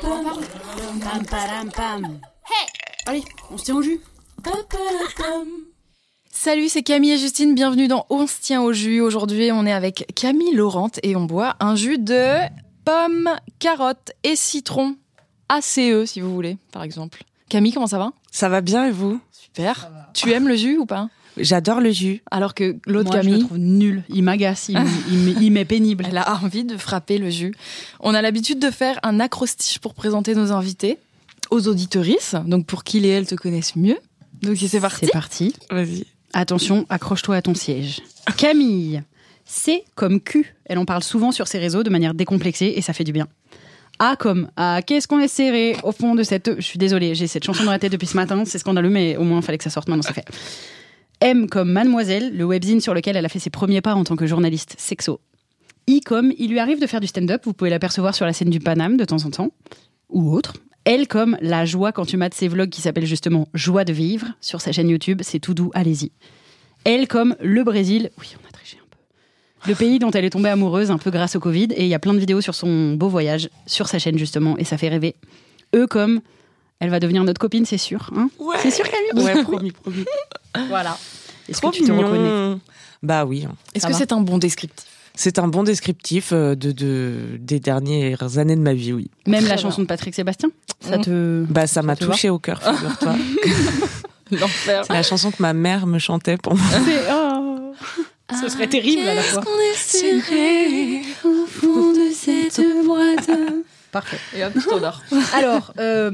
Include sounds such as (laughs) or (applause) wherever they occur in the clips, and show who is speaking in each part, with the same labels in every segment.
Speaker 1: Pam, param, pam. Allez, on se tient au jus.
Speaker 2: Salut, c'est Camille et Justine, bienvenue dans On se tient au jus. Aujourd'hui, on est avec Camille Laurent et on boit un jus de pommes, carottes et citron. ACE si vous voulez, par exemple. Camille, comment ça va
Speaker 3: Ça va bien et vous
Speaker 2: Super. Tu aimes le jus ou pas
Speaker 3: J'adore le jus.
Speaker 2: Alors que l'autre
Speaker 1: Moi, je le
Speaker 2: Camille,
Speaker 1: trouve nul. Il m'agace, il, m- il m- il m'est pénible.
Speaker 2: elle a envie de frapper le jus. On a l'habitude de faire un acrostiche pour présenter nos invités aux auditorices, donc pour qu'ils et elles te connaissent mieux. Donc c'est parti.
Speaker 1: C'est parti.
Speaker 3: Vas-y.
Speaker 1: Attention, accroche-toi à ton siège. Camille, C comme Q. Elle en parle souvent sur ses réseaux de manière décomplexée et ça fait du bien. A comme A, qu'est-ce qu'on est serré au fond de cette. Je suis désolée, j'ai cette chanson dans la tête depuis ce matin, c'est scandaleux, mais au moins il fallait que ça sorte, maintenant ça fait. M comme Mademoiselle, le webzine sur lequel elle a fait ses premiers pas en tant que journaliste sexo. I comme il lui arrive de faire du stand-up, vous pouvez l'apercevoir sur la scène du Paname de temps en temps, ou autre. Elle comme la joie quand tu mates ses vlogs qui s'appellent justement Joie de vivre sur sa chaîne YouTube, c'est tout doux, allez-y. Elle comme le Brésil. Oui, on a triché un peu. Le pays dont elle est tombée amoureuse un peu grâce au Covid. Et il y a plein de vidéos sur son beau voyage, sur sa chaîne justement, et ça fait rêver. Eux comme. Elle va devenir notre copine, c'est sûr. hein
Speaker 3: Ouais.
Speaker 1: C'est sûr, Camille (laughs)
Speaker 3: Ouais, promis, promis.
Speaker 1: Voilà. Est-ce
Speaker 3: Trop
Speaker 1: que tu te
Speaker 3: mignon.
Speaker 1: reconnais
Speaker 3: Bah oui.
Speaker 2: Est-ce
Speaker 1: Ça
Speaker 2: que
Speaker 1: va
Speaker 2: c'est un bon descriptif
Speaker 3: C'est un bon descriptif euh, de, de- des dernières années de ma vie, oui.
Speaker 1: Même
Speaker 2: Très
Speaker 1: la
Speaker 2: bien.
Speaker 1: chanson de Patrick Sébastien Ça
Speaker 2: Mm.
Speaker 1: te.
Speaker 3: Bah ça m'a
Speaker 1: te va
Speaker 3: touché au cœur,
Speaker 1: (laughs)
Speaker 3: figure-toi.
Speaker 2: L'enfer.
Speaker 3: C'est la chanson que ma mère me chantait pendant.
Speaker 1: C'est- oh. (laughs) Ce serait terrible à la fois.
Speaker 2: au fond de cette boîte.
Speaker 1: Parfait.
Speaker 2: Et hop, tu t'endors.
Speaker 1: (laughs) Alors, euh,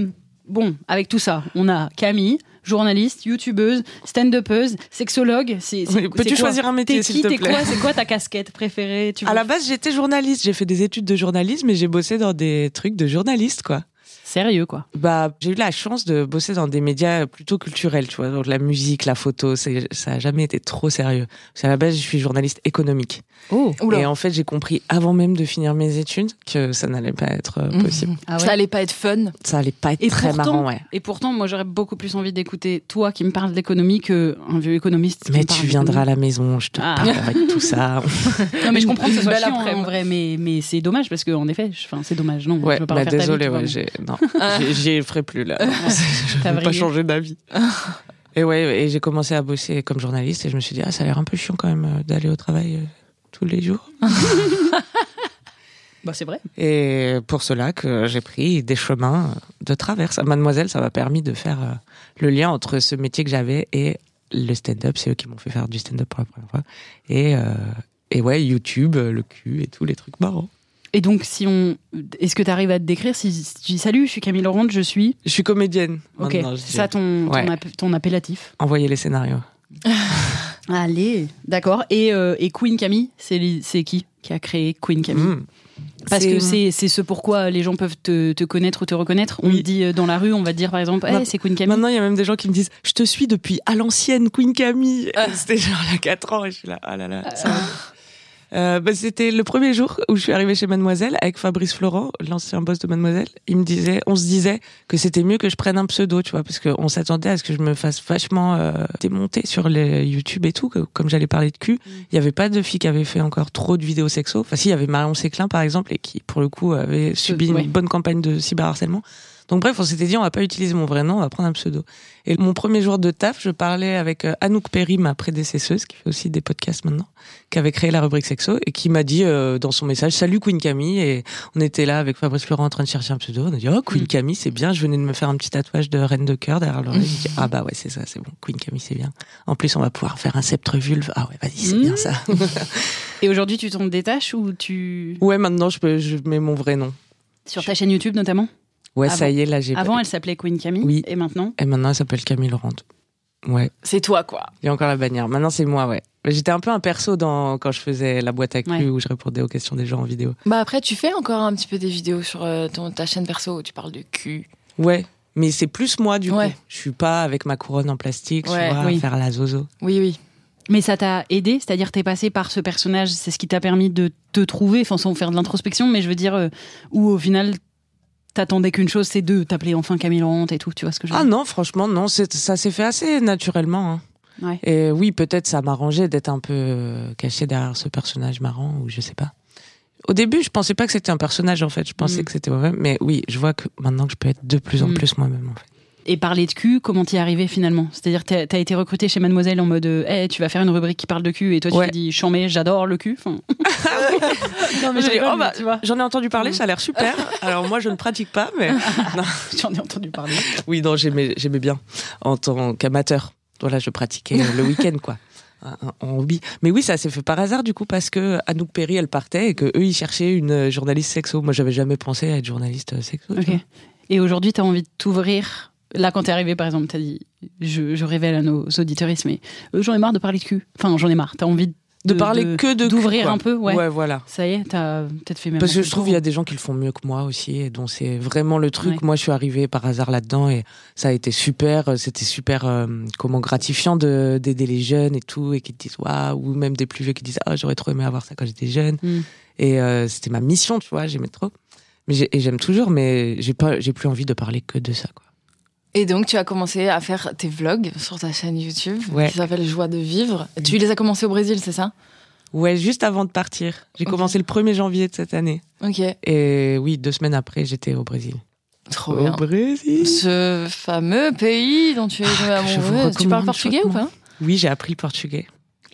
Speaker 1: bon, avec tout ça, on a Camille, journaliste, youtubeuse, stand-upeuse, sexologue. C'est, c'est-
Speaker 3: Oui, peux-tu
Speaker 1: c'est quoi
Speaker 3: choisir un métier,
Speaker 1: T'es
Speaker 3: s'il
Speaker 1: qui,
Speaker 3: te
Speaker 1: t'es
Speaker 3: plaît
Speaker 1: quoi C'est quoi ta casquette préférée tu
Speaker 3: À
Speaker 1: veux-
Speaker 3: la base, j'étais journaliste. J'ai fait des études de journalisme et j'ai bossé dans des trucs de journaliste, quoi.
Speaker 1: Sérieux, quoi.
Speaker 3: Bah, j'ai eu la chance de bosser dans des médias plutôt culturels, tu vois, donc la musique, la photo, c'est, ça a jamais été trop sérieux. Parce qu'à la base, je suis journaliste économique.
Speaker 1: Oh
Speaker 2: Oula.
Speaker 3: Et en fait, j'ai compris avant même de finir mes études que ça n'allait pas être euh,
Speaker 2: Mhm.
Speaker 3: possible.
Speaker 1: ah ouais.
Speaker 2: Ça allait pas être fun.
Speaker 3: Ça allait pas être
Speaker 1: Et
Speaker 3: très
Speaker 1: pourtant-
Speaker 3: marrant, ouais.
Speaker 1: Et pourtant, moi, j'aurais beaucoup plus envie d'écouter toi qui me parles d'économie qu'un vieux économiste. qui
Speaker 3: Mais
Speaker 1: me parle
Speaker 3: tu viendras à la maison, je te
Speaker 1: Ah.
Speaker 3: parle avec tout ça.
Speaker 1: d'économie. Non, mais je comprends que ce
Speaker 2: Une
Speaker 1: soit
Speaker 2: belle
Speaker 1: chiant, hein,
Speaker 2: après-midi.
Speaker 1: en vrai, mais, mais c'est dommage parce que, en effet, je- enfin, c'est dommage. Non,
Speaker 3: Ouais,
Speaker 1: (laughs) je veux pas
Speaker 3: bah
Speaker 1: refaire ta vie,
Speaker 3: désolé,
Speaker 1: tu vois,
Speaker 3: ouais,
Speaker 1: mais-
Speaker 3: j'ai,
Speaker 1: (laughs)
Speaker 3: non, j'ai- j'y ferai plus là. Non, je
Speaker 1: T'as
Speaker 3: vais pas
Speaker 1: vrillé. (laughs)
Speaker 3: changer d'avis. Et ouais, ouais, et j'ai commencé à bosser comme journaliste et je me suis dit, ah, ça a l'air un peu chiant quand même euh, d'aller au travail euh, tous les jours.
Speaker 1: Bah, c'est vrai.
Speaker 3: Et pour cela que j'ai pris des chemins de traverse. À Mademoiselle, ça m'a permis de faire euh, le lien entre ce métier que j'avais et le stand-up. C'est eux qui m'ont fait faire du stand-up pour la première fois. Et, euh, et ouais, YouTube, euh, le cul et tous les trucs marrants.
Speaker 1: Et donc, si on, est-ce que tu arrives à te décrire si si tu dis salut, je suis Camille Laurent, je suis.
Speaker 3: Je suis comédienne.
Speaker 1: Ok,
Speaker 3: maintenant, je
Speaker 1: c'est ça
Speaker 3: dis.
Speaker 1: ton, ton,
Speaker 3: Ouais.
Speaker 1: app- ton appellatif.
Speaker 3: Envoyez les scénarios.
Speaker 1: Allez, d'accord. Et, euh, et Queen Camille, c'est les- c'est qui qui a créé Queen Camille
Speaker 3: Mm.
Speaker 1: Parce
Speaker 3: C'est-
Speaker 1: que c'est c'est ce pourquoi les gens peuvent te, te connaître ou te reconnaître. On
Speaker 3: Oui.
Speaker 1: me dit euh, dans la rue, on va te dire par exemple,
Speaker 3: Ma-
Speaker 1: Hey, c'est Queen Camille.
Speaker 3: Maintenant, il y a même des gens qui me disent Je te suis depuis à l'ancienne Queen Camille.
Speaker 1: Ah.
Speaker 3: (laughs) C'était genre il y a 4 ans et je suis là, ah là là. ça va. Euh, bah, C'était le premier jour où je suis arrivée chez Mademoiselle avec Fabrice Florent, l'ancien boss de Mademoiselle. Il me disait, on se disait que c'était mieux que je prenne un pseudo, tu vois, parce qu'on s'attendait à ce que je me fasse vachement euh, démonter sur les YouTube et tout, que, comme j'allais parler de cul. Il y avait pas de fille qui avait fait encore trop de vidéos sexo. Enfin, si, il y avait Marion Séclin, par exemple, et qui, pour le coup, avait subi
Speaker 1: ouais.
Speaker 3: une bonne campagne de cyberharcèlement. Donc bref, on s'était dit, on va pas utiliser mon vrai nom, on va prendre un pseudo. Et mon premier jour de taf, je parlais avec euh, Anouk Perry, ma prédécesseuse, qui fait aussi des podcasts maintenant, qui avait créé la rubrique sexo, et qui m'a dit euh, dans son message, salut Queen Camille, et on était là avec Fabrice Florent en train de chercher un pseudo, on a dit, oh Queen
Speaker 1: Mm.
Speaker 3: Camille, c'est bien, je venais de me faire un petit tatouage de reine de cœur derrière l'oreille, J'ai dit, ah bah ouais, c'est ça, c'est bon, Queen Camille, c'est bien. En plus, on va pouvoir faire un sceptre vulve, ah ouais, vas-y, c'est
Speaker 1: Mm.
Speaker 3: bien ça.
Speaker 1: Et aujourd'hui, tu t'en détaches ou tu
Speaker 3: ouais, maintenant, je, peux, je mets mon vrai nom.
Speaker 1: sur ta chaîne YouTube notamment
Speaker 3: Ouais,
Speaker 1: Avant-
Speaker 3: ça y est, là, j'ai...
Speaker 1: Ah Avant, elle s'appelait Queen Camille.
Speaker 3: Oui.
Speaker 1: Et maintenant,
Speaker 3: Et maintenant, elle s'appelle Camille Laurent. Ouais.
Speaker 2: C'est toi, quoi.
Speaker 3: Il y a encore la bannière. Maintenant, c'est moi, ouais. Mais J'étais un peu un perso dans, quand je faisais la boîte à cul
Speaker 1: Ouais.
Speaker 3: où je répondais aux questions des gens en vidéo.
Speaker 2: Bah après, tu fais encore un petit peu des vidéos sur euh, ton, ta chaîne perso où tu parles de cul.
Speaker 3: Ouais. Mais c'est plus moi, du
Speaker 2: Ouais.
Speaker 3: coup. Je suis pas avec ma couronne en plastique, tu
Speaker 2: Ouais.
Speaker 3: vois, à
Speaker 1: Oui.
Speaker 3: faire la zozo.
Speaker 2: Oui, oui.
Speaker 1: Mais ça t'a aidé, c'est-à-dire t'es passé par ce personnage, c'est ce qui t'a permis de te trouver, enfin sans faire de l'introspection, mais je veux dire, euh, où au final t'attendais qu'une chose, c'est de t'appeler enfin Camille Laurent et tout, tu vois ce que je veux
Speaker 3: Ah
Speaker 1: dire
Speaker 3: non, franchement, non, c'est- ça s'est fait assez naturellement. hein.
Speaker 1: Ouais.
Speaker 3: Et oui, peut-être ça m'arrangeait d'être un peu euh, caché derrière ce personnage marrant ou je sais pas. Au début, je pensais pas que c'était un personnage en fait. Je pensais
Speaker 1: Mm.
Speaker 3: que c'était moi-même. Mais oui, je vois que maintenant que je peux être de plus en
Speaker 1: Mm.
Speaker 3: plus moi-même. En fait.
Speaker 1: Et parler de cul, comment t'y es arrivé finalement C'est-à-dire t'as t'as été recruté chez Mademoiselle en mode, euh, Eh, tu vas faire une rubrique qui parle de cul, et toi tu
Speaker 3: Ouais.
Speaker 1: t'es dit, chambé, j'adore le cul. Enfin... (laughs) non mais
Speaker 3: J'ai
Speaker 1: je
Speaker 3: dit,
Speaker 1: rigole,
Speaker 3: oh,
Speaker 1: mais
Speaker 3: bah,
Speaker 1: tu vois,
Speaker 3: J'en ai entendu parler, ça a l'air super. (laughs) Alors moi, je ne pratique pas, (laughs) mais
Speaker 1: j'en ai entendu parler.
Speaker 3: (laughs) oui, non, j'aimais j'aimais bien en tant qu'amateur. Voilà,
Speaker 1: (laughs)
Speaker 3: je pratiquais le week-end quoi. Un- un- En hobby. Mais oui, ça s'est fait par hasard du coup parce que Anouk Perry elle partait et que eux ils cherchaient une euh, journaliste sexo. Moi j'avais jamais pensé à être journaliste euh, sexo. tu
Speaker 1: Ok. Et aujourd'hui, tu as envie de t'ouvrir. Là, quand t'es arrivé, par exemple, t'as dit, je, je révèle à nos auditeuristes, mais euh, j'en ai marre de parler de cul. Enfin, j'en ai marre. T'as envie de,
Speaker 3: de parler que de cul,
Speaker 1: d'ouvrir
Speaker 3: quoi.
Speaker 1: un peu, ouais.
Speaker 3: voilà.
Speaker 1: Ça y est, t'as peut-être fait même.
Speaker 3: Parce
Speaker 1: un
Speaker 3: que
Speaker 1: peu
Speaker 3: je
Speaker 1: le
Speaker 3: trouve
Speaker 1: tour.
Speaker 3: il y a des gens qui le font mieux que moi aussi et dont c'est vraiment le truc.
Speaker 1: Ouais.
Speaker 3: Moi je suis arrivée par hasard là-dedans et ça a été super, euh, c'était super euh, comment gratifiant de d'aider les jeunes et tout et qui te disent waouh ou même des plus vieux qui disent ah j'aurais trop aimé avoir ça quand j'étais jeune
Speaker 1: Mm.
Speaker 3: et euh, c'était ma mission tu vois j'aimais trop mais j'ai- et j'aime toujours mais j'ai pas j'ai plus envie de parler que de ça quoi.
Speaker 2: Et donc, tu as commencé à faire tes vlogs sur ta chaîne YouTube
Speaker 3: Ouais.
Speaker 2: qui s'appelle Joie de vivre. Tu les as commencés au Brésil, c'est ça
Speaker 3: Ouais juste avant de partir j'ai
Speaker 2: Ok.
Speaker 3: commencé le 1er janvier de cette année
Speaker 2: Ok.
Speaker 3: et oui deux semaines après j'étais au Brésil.
Speaker 2: Trop bien.
Speaker 3: Brésil.
Speaker 2: Ce fameux pays dont tu es
Speaker 3: Ah, que je vous
Speaker 2: amoureuse. Tu parles
Speaker 3: recommande
Speaker 2: portugais ou pas
Speaker 3: Oui, j'ai appris le portugais.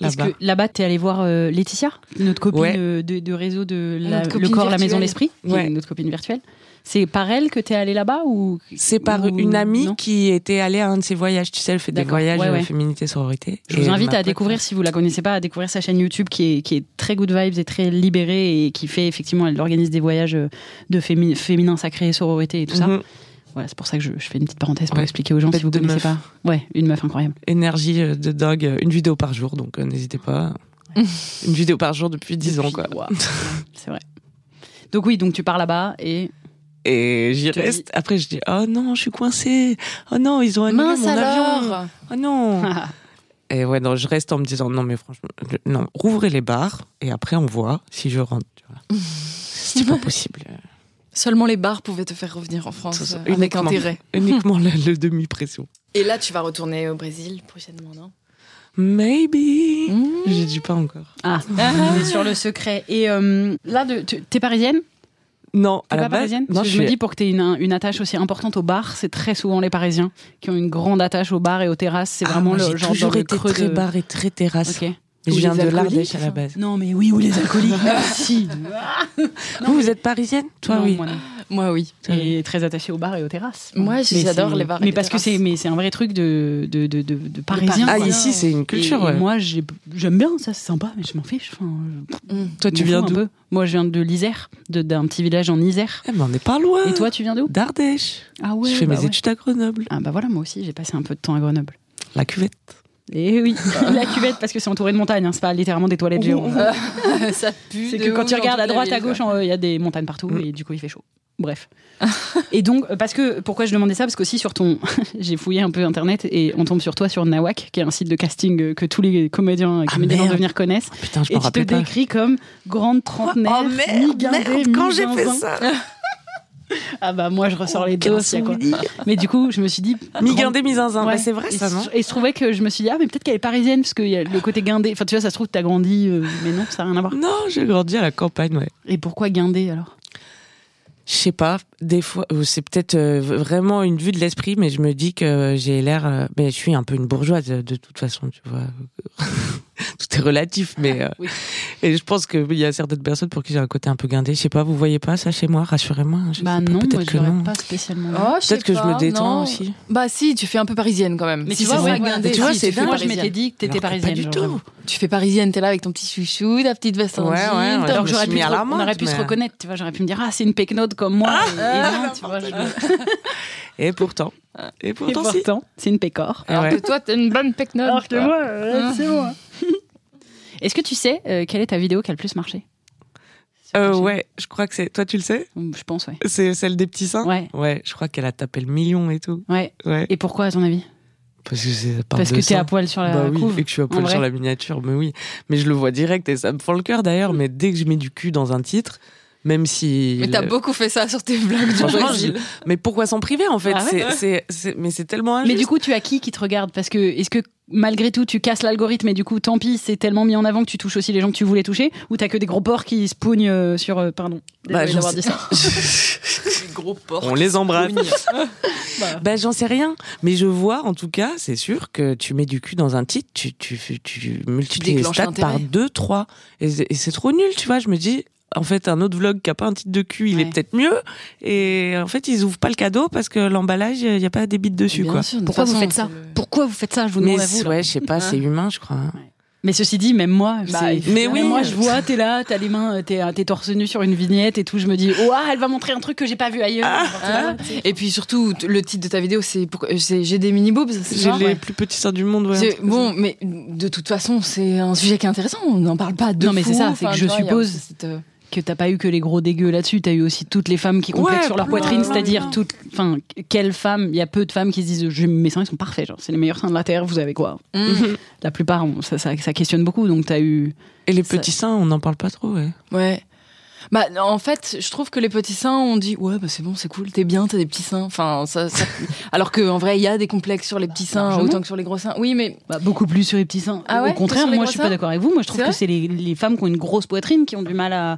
Speaker 1: Est-ce
Speaker 3: Là-bas.
Speaker 1: que là-bas, t'es allé voir euh, Laetitia, notre copine
Speaker 3: Ouais.
Speaker 1: euh, de, de réseau de la-
Speaker 2: Notre
Speaker 1: le
Speaker 2: copine
Speaker 1: corps, la maison,
Speaker 2: virtuelle.
Speaker 1: l'esprit, qui est
Speaker 3: Ouais.
Speaker 1: notre copine virtuelle. C'est par elle que t'es allé là-bas ou
Speaker 3: C'est par
Speaker 1: ou-
Speaker 3: une amie
Speaker 1: non
Speaker 3: qui était allée à un de ses voyages. Tu sais, elle fait des
Speaker 1: D'accord.
Speaker 3: voyages
Speaker 1: Ouais,
Speaker 3: euh,
Speaker 1: ouais.
Speaker 3: féminité, sororité.
Speaker 1: Je
Speaker 3: Et
Speaker 1: vous invite
Speaker 3: ma
Speaker 1: à
Speaker 3: pote-
Speaker 1: découvrir, si vous la connaissez pas, à découvrir sa chaîne YouTube qui est, qui est très good vibes et très libérée et qui fait effectivement, elle organise des voyages euh, de féminin féminin sacré, sororité et tout ça.
Speaker 3: Mhm.
Speaker 1: Voilà, c'est pour ça que je, je fais une petite parenthèse pour
Speaker 3: Ouais.
Speaker 1: expliquer aux gens
Speaker 3: Bête
Speaker 1: si vous
Speaker 3: de
Speaker 1: connaissez
Speaker 3: meuf.
Speaker 1: pas. Ouais, une meuf incroyable.
Speaker 3: Énergie euh, de dog, euh, une vidéo par jour, donc euh,
Speaker 1: (laughs)
Speaker 3: n'hésitez pas. une vidéo par jour depuis 10 ans,
Speaker 1: Depuis-
Speaker 3: quoi.
Speaker 1: Ouah, (laughs) c'est vrai. Donc oui, donc tu pars là-bas et
Speaker 3: Et j'y
Speaker 1: te
Speaker 3: reste. Après, je dis Oh non, je suis coincée. Oh non, ils ont annulé
Speaker 2: Mince
Speaker 3: mon avion.
Speaker 2: alors
Speaker 1: (laughs)
Speaker 3: Oh non.
Speaker 1: Ah,
Speaker 3: et ouais, non, je reste en me disant Non, mais franchement, le- non, rouvrez les bars et après, on voit si je rentre. tu
Speaker 1: (laughs)
Speaker 3: vois. C'est pas possible.
Speaker 2: Seulement les bars pouvaient te faire revenir en
Speaker 3: Ça,
Speaker 2: France
Speaker 3: ça,
Speaker 2: euh, avec
Speaker 3: uniquement.
Speaker 2: intérêt.
Speaker 3: Uniquement le- le demi-pression.
Speaker 2: Et là, tu vas retourner au Brésil prochainement, non
Speaker 3: Maybe.
Speaker 2: Mmh.
Speaker 3: Je dis pas encore.
Speaker 1: on est ah, (laughs) sur le secret. Et euh, là, de- tu- t'es parisienne
Speaker 3: Non,
Speaker 1: T'es
Speaker 3: à la
Speaker 1: pas
Speaker 3: base,
Speaker 1: parisienne
Speaker 3: non,
Speaker 1: Parce que je me
Speaker 3: suis-
Speaker 1: dis pour que t'aies une, une attache aussi importante au bar, c'est très souvent les Parisiens qui ont une grande attache au bar et aux terrasses. C'est
Speaker 3: Ah,
Speaker 1: vraiment
Speaker 3: moi,
Speaker 1: le
Speaker 3: j'ai
Speaker 1: genre
Speaker 3: toujours
Speaker 1: dans le
Speaker 3: été
Speaker 1: creux
Speaker 3: très
Speaker 1: de-
Speaker 3: bar et très terrasse.
Speaker 1: Ok.
Speaker 3: Mais
Speaker 2: Ou
Speaker 3: je viens
Speaker 2: les
Speaker 3: de
Speaker 2: alcooliques,
Speaker 3: l'Ardèche à la
Speaker 2: enfin.
Speaker 3: base.
Speaker 1: Non, mais oui, ou les alcooliques. (laughs) si.
Speaker 3: vous, vous êtes parisienne Toi, oui.
Speaker 2: Moi, oui.
Speaker 1: Et très attaché aux bars et aux terrasses.
Speaker 2: Moi,
Speaker 1: Mais
Speaker 2: j'adore
Speaker 1: c'est-
Speaker 2: les bars et
Speaker 1: Mais
Speaker 2: les
Speaker 1: parce que
Speaker 2: terrasses.
Speaker 1: c'est, mais c'est un vrai truc de de de, de, de parisien.
Speaker 2: Parisiens,
Speaker 3: Ah,
Speaker 1: quoi.
Speaker 2: Ouais.
Speaker 3: ici, c'est une
Speaker 1: Et-
Speaker 3: culture.
Speaker 1: et
Speaker 3: ouais.
Speaker 1: moi, j'ai- j'aime bien ça, c'est sympa, mais je m'en fiche. Enfin, je
Speaker 2: Mm.
Speaker 3: Toi, tu
Speaker 1: m'en
Speaker 3: viens
Speaker 1: fous un
Speaker 3: d'où
Speaker 1: peu. Moi, je viens de l'Isère, de- d'un petit village en Isère.
Speaker 3: Eh, mais on n'est pas loin.
Speaker 1: Et toi, tu viens d'où
Speaker 3: D'Ardèche.
Speaker 1: Ah ouais.
Speaker 3: je fais
Speaker 1: bah
Speaker 3: mes
Speaker 1: ouais.
Speaker 3: études à Grenoble.
Speaker 1: Ah bah voilà, moi aussi, j'ai passé un peu de temps à Grenoble.
Speaker 3: La cuvette.
Speaker 1: Et Eh
Speaker 3: (laughs)
Speaker 1: oui,
Speaker 3: Bah.
Speaker 1: la cuvette parce que c'est entouré de montagnes, hein, c'est pas littéralement des toilettes géantes.
Speaker 2: (laughs) ça pue.
Speaker 1: C'est
Speaker 2: de
Speaker 1: que quand
Speaker 2: ouf
Speaker 1: tu
Speaker 2: dans
Speaker 1: regardes à
Speaker 2: toute la
Speaker 1: droite,
Speaker 2: ville,
Speaker 1: à gauche, en- il y a des montagnes partout
Speaker 3: Mm.
Speaker 1: et du coup il fait chaud.
Speaker 3: (laughs)
Speaker 1: Bref. et donc, euh, parce que pourquoi je demandais ça Parce qu'aussi sur ton. (laughs) J'ai fouillé un peu internet et on tombe sur toi sur Nawak, qui est un site de casting euh, que tous les comédiens et
Speaker 3: Ah,
Speaker 1: comédiennes en
Speaker 3: merde.
Speaker 1: devenir connaissent.
Speaker 3: Putain, je
Speaker 1: Et
Speaker 3: m'en
Speaker 1: tu te
Speaker 3: rappelle pas.
Speaker 1: décris comme grande trentenaire.
Speaker 3: Oh merde,
Speaker 1: mi-guindée,
Speaker 3: merde, quand j'ai fait
Speaker 1: mi-zinzin.
Speaker 3: ça
Speaker 1: (laughs) Ah bah moi je ressors les deux aussi. Quoi. Mais du coup, je me suis dit.
Speaker 3: Mi-guindé, mi-zinzin.
Speaker 1: Ouais.
Speaker 3: Bah, c'est vrai,
Speaker 1: Et
Speaker 3: ça, non
Speaker 1: se- Et se trouvait que je me suis dit, ah, mais peut-être qu'elle est parisienne, parce qu'il y a le côté guindé. Enfin, tu vois, ça se trouve, t'as grandi, euh, mais non, ça n'a rien à voir.
Speaker 3: Non, j'ai grandi à la campagne, ouais.
Speaker 1: Et pourquoi guindé alors
Speaker 3: Je sais pas, des fois, euh, c'est peut-être euh, vraiment une vue de l'esprit, mais je me dis que j'ai l'air. euh, mais je suis un peu une bourgeoise euh, de toute façon, tu vois. (laughs) Tout est relatif, mais. euh,
Speaker 1: Oui.
Speaker 3: Et je pense qu'il y a certaines personnes pour qui j'ai un côté un peu guindé. Je sais pas, vous voyez pas ça chez moi, rassurez-moi. hein, je
Speaker 1: Bah
Speaker 3: sais pas,
Speaker 1: non, moi
Speaker 3: peut-être
Speaker 1: je
Speaker 3: que
Speaker 1: l'aurais
Speaker 3: non.
Speaker 1: pas spécialement.
Speaker 2: quoi. Oh, je sais
Speaker 3: Peut-être que je
Speaker 2: pas,
Speaker 3: me détends
Speaker 2: non.
Speaker 3: aussi.
Speaker 2: Bah si, tu fais un peu parisienne quand même.
Speaker 1: Mais
Speaker 2: Si,
Speaker 1: tu vois,
Speaker 2: c'est
Speaker 1: ouais,
Speaker 2: ça,
Speaker 1: voilà.
Speaker 2: guindée.
Speaker 3: Tu vois,
Speaker 2: Si,
Speaker 3: c'est
Speaker 2: tu fais
Speaker 3: dingue.
Speaker 1: Moi, je
Speaker 2: parisienne.
Speaker 1: m'étais dit que
Speaker 3: Alors
Speaker 1: t'étais
Speaker 3: que
Speaker 1: parisienne.
Speaker 3: Pas du
Speaker 1: genre,
Speaker 3: tout.
Speaker 1: vraiment.
Speaker 2: Tu fais parisienne, t'es là avec ton petit chouchou, ta petite veste en
Speaker 3: Ouais,
Speaker 2: jean,
Speaker 3: ouais, ouais.
Speaker 2: ta-
Speaker 3: je
Speaker 1: Alors
Speaker 3: me
Speaker 1: j'aurais
Speaker 3: suis
Speaker 1: pu,
Speaker 3: mis à
Speaker 1: te-
Speaker 3: la Ah, menthe,
Speaker 1: on aurait pu (laughs)
Speaker 3: mais-
Speaker 1: se reconnaître, tu vois, j'aurais pu me dire ah c'est une pecnode comme moi. et- et non, tu vois, je-
Speaker 3: Et pourtant, et
Speaker 1: Et
Speaker 3: ah. pourtant, si.
Speaker 1: pourtant, c'est une pécore.
Speaker 3: Ah
Speaker 2: Alors
Speaker 3: ouais.
Speaker 2: que (laughs) toi, t'es une bonne pecnole. quoi.
Speaker 1: moi,
Speaker 3: euh,
Speaker 1: c'est moi. (laughs) Est-ce que tu sais euh, quelle est ta vidéo qui a le plus marché Sur ta
Speaker 3: Euh,
Speaker 1: chaîne
Speaker 3: ouais, je crois que c'est. Toi, tu le sais
Speaker 1: Je pense, ouais.
Speaker 3: C'est celle des petits seins
Speaker 1: Ouais.
Speaker 3: Ouais, je crois qu'elle a tapé le million et tout.
Speaker 1: Ouais.
Speaker 3: Ouais.
Speaker 1: Et pourquoi, à ton avis
Speaker 3: Parce que c'est la part
Speaker 1: Parce
Speaker 3: de
Speaker 1: que t'es
Speaker 3: seins.
Speaker 1: à poil sur la
Speaker 3: Bah oui,
Speaker 1: couve.
Speaker 3: et que je suis à poil
Speaker 1: vrai.
Speaker 3: sur la miniature, mais oui. Mais je le vois direct et ça me fend le cœur d'ailleurs. Mais dès que je mets du cul dans un titre, même si.
Speaker 2: Mais t'as beaucoup fait ça sur tes vlogs du
Speaker 3: Franchement,
Speaker 2: Brésil.
Speaker 3: Mais pourquoi s'en priver en fait
Speaker 1: Ah ouais.
Speaker 3: C'est- c'est- c'est- Mais c'est tellement injuste.
Speaker 1: Mais
Speaker 3: (laughs)
Speaker 1: du coup, tu as qui qui te regarde Parce que est-ce que malgré tout, tu casses l'algorithme et du coup, tant pis, c'est tellement mis en avant que tu touches aussi les gens que tu voulais toucher Ou t'as que des gros porcs qui se pougnent euh, sur. euh, pardon.
Speaker 3: Bah,
Speaker 1: Désolée
Speaker 3: j'en
Speaker 1: d'avoir
Speaker 3: sais-
Speaker 1: dit ça.
Speaker 2: gros porc.
Speaker 3: On les embrasse. Bah, j'en sais rien, mais je vois en tout cas, c'est sûr que tu mets du cul dans un titre, tu, tu, tu multiplies les
Speaker 2: déclenches
Speaker 3: stats
Speaker 2: l'intérêt.
Speaker 3: par 2, 3. Et, c'est- et c'est trop nul, tu vois. Je me dis, en fait, un autre vlog qui a pas un titre de cul, il
Speaker 1: Ouais.
Speaker 3: est peut-être mieux. Et en fait, ils ouvrent pas le cadeau parce que l'emballage, il n'y a pas des bites dessus, quoi.
Speaker 1: Pourquoi vous faites ça Pourquoi vous faites ça Je vous
Speaker 3: Mais
Speaker 1: demande à vous. là.
Speaker 3: ouais, je sais pas, c'est humain, je crois. hein.
Speaker 1: Mais ceci dit, même moi,
Speaker 2: Bah,
Speaker 1: c'est-
Speaker 2: il faut
Speaker 3: Mais
Speaker 1: même
Speaker 3: oui.
Speaker 1: moi je vois, t'es là, t'as les mains, euh, t'es euh, t'es torse nu sur une vignette et tout. Je me dis, oh, ah, elle va montrer un truc que j'ai pas vu ailleurs.
Speaker 2: Ah. Et puis surtout, t- le titre de ta vidéo, c'est pour- euh, c'est j'ai des mini boobs. c'est
Speaker 3: J'ai
Speaker 2: genre,
Speaker 3: les
Speaker 2: ouais.
Speaker 3: plus petits seins du monde, ouais.
Speaker 2: C'est- Bon, mais de toute façon, c'est un sujet qui est intéressant. On n'en parle pas de
Speaker 1: Non, mais
Speaker 2: fou.
Speaker 1: c'est ça, c'est
Speaker 2: Enfin,
Speaker 1: que je
Speaker 2: tu vois, il y a
Speaker 1: suppose-
Speaker 2: aussi cette, euh,
Speaker 1: Que t'as pas eu que les gros dégueux là-dessus, t'as eu aussi toutes les femmes qui complexent
Speaker 3: Ouais,
Speaker 1: sur leur
Speaker 3: plein,
Speaker 1: poitrine,
Speaker 3: plein,
Speaker 1: c'est-à-dire
Speaker 3: plein.
Speaker 1: toutes. Enfin, quelle femme Il y a peu de femmes qui se disent, Je- mes seins ils sont parfaits, genre c'est les meilleurs seins de la terre. Vous avez quoi
Speaker 2: Mm.
Speaker 1: La plupart, on- ça, ça, ça questionne beaucoup. Donc t'as eu.
Speaker 3: (laughs) Et les
Speaker 2: ça-
Speaker 3: petits seins, on n'en parle pas trop, ouais.
Speaker 2: Ouais. Bah, en fait, je trouve que les petits seins, on dit ouais, bah c'est bon, c'est cool, t'es bien, t'as des petits seins. Enfin,
Speaker 1: (laughs)
Speaker 2: ça, ça- alors que en vrai, il y a des complexes sur les petits seins
Speaker 1: largement.
Speaker 2: autant que sur les gros seins. Oui, mais
Speaker 1: bah, beaucoup plus sur les petits seins.
Speaker 2: Ah
Speaker 1: Au
Speaker 2: ouais, que
Speaker 1: contraire,
Speaker 2: sur les
Speaker 1: moi
Speaker 2: gros
Speaker 1: je suis
Speaker 2: seins
Speaker 1: pas d'accord avec vous. Moi je trouve
Speaker 2: C'est
Speaker 1: que
Speaker 2: vrai
Speaker 1: c'est les, les femmes qui ont une grosse poitrine qui ont du mal à,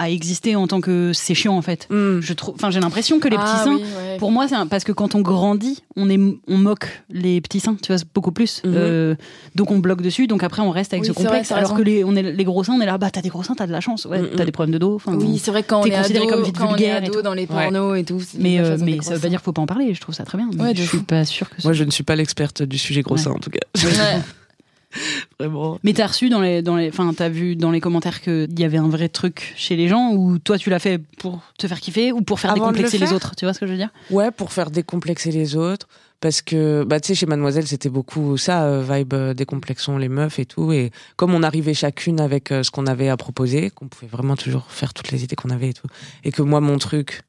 Speaker 1: à exister en tant que. C'est chiant en fait. Je trouve. Enfin, j'ai l'impression que les
Speaker 2: Ah
Speaker 1: petits seins.
Speaker 2: oui, ouais.
Speaker 1: Pour moi, c'est un- parce que quand on grandit, on, est, on moque les petits seins, tu vois, c'est beaucoup plus.
Speaker 3: Mhm.
Speaker 1: Euh, donc on bloque dessus, donc après on reste avec
Speaker 2: Oui,
Speaker 1: ce
Speaker 2: c'est vrai,
Speaker 1: complexe.
Speaker 2: t'as
Speaker 1: alors
Speaker 2: raison.
Speaker 1: que les, on est, les gros seins, on est là, bah t'as des gros seins, t'as de la chance, ouais,
Speaker 3: Mhm.
Speaker 1: t'as des problèmes de dos. enfin,
Speaker 2: Oui, c'est vrai que quand on
Speaker 1: T'es
Speaker 2: est
Speaker 1: considéré
Speaker 2: ado,
Speaker 1: comme vite
Speaker 2: quand on est
Speaker 1: vulgaire et
Speaker 2: ado
Speaker 1: tout.
Speaker 2: dans les pornos et tout. c'est
Speaker 1: Mais,
Speaker 2: la
Speaker 1: euh,
Speaker 2: chose des
Speaker 1: mais
Speaker 2: gros
Speaker 1: ça veut
Speaker 2: seins.
Speaker 1: pas dire qu'il faut pas en parler, je trouve ça très bien. mais
Speaker 2: Ouais, de
Speaker 1: je suis
Speaker 2: fou.
Speaker 1: pas sûre que ça.
Speaker 3: Moi, je ne suis pas l'experte du sujet gros
Speaker 1: Ouais.
Speaker 3: seins, en tout cas.
Speaker 2: Ouais.
Speaker 3: (laughs) Vraiment.
Speaker 1: Mais t'as reçu dans les, dans les, enfin t'as vu dans les commentaires qu'il y avait un vrai truc chez les gens ou toi tu l'as fait pour te faire kiffer ou pour faire
Speaker 3: Avant de le
Speaker 1: décomplexer les
Speaker 3: faire
Speaker 1: autres, tu vois ce que je veux dire
Speaker 3: Ouais, pour faire décomplexer les autres. Parce que, bah, tu sais, chez Mademoiselle, c'était beaucoup ça, euh, vibe euh, décomplexons les meufs et tout. Et comme on arrivait chacune avec euh, ce qu'on avait à proposer, qu'on pouvait vraiment toujours faire toutes les idées qu'on avait et tout. Et que moi, mon truc,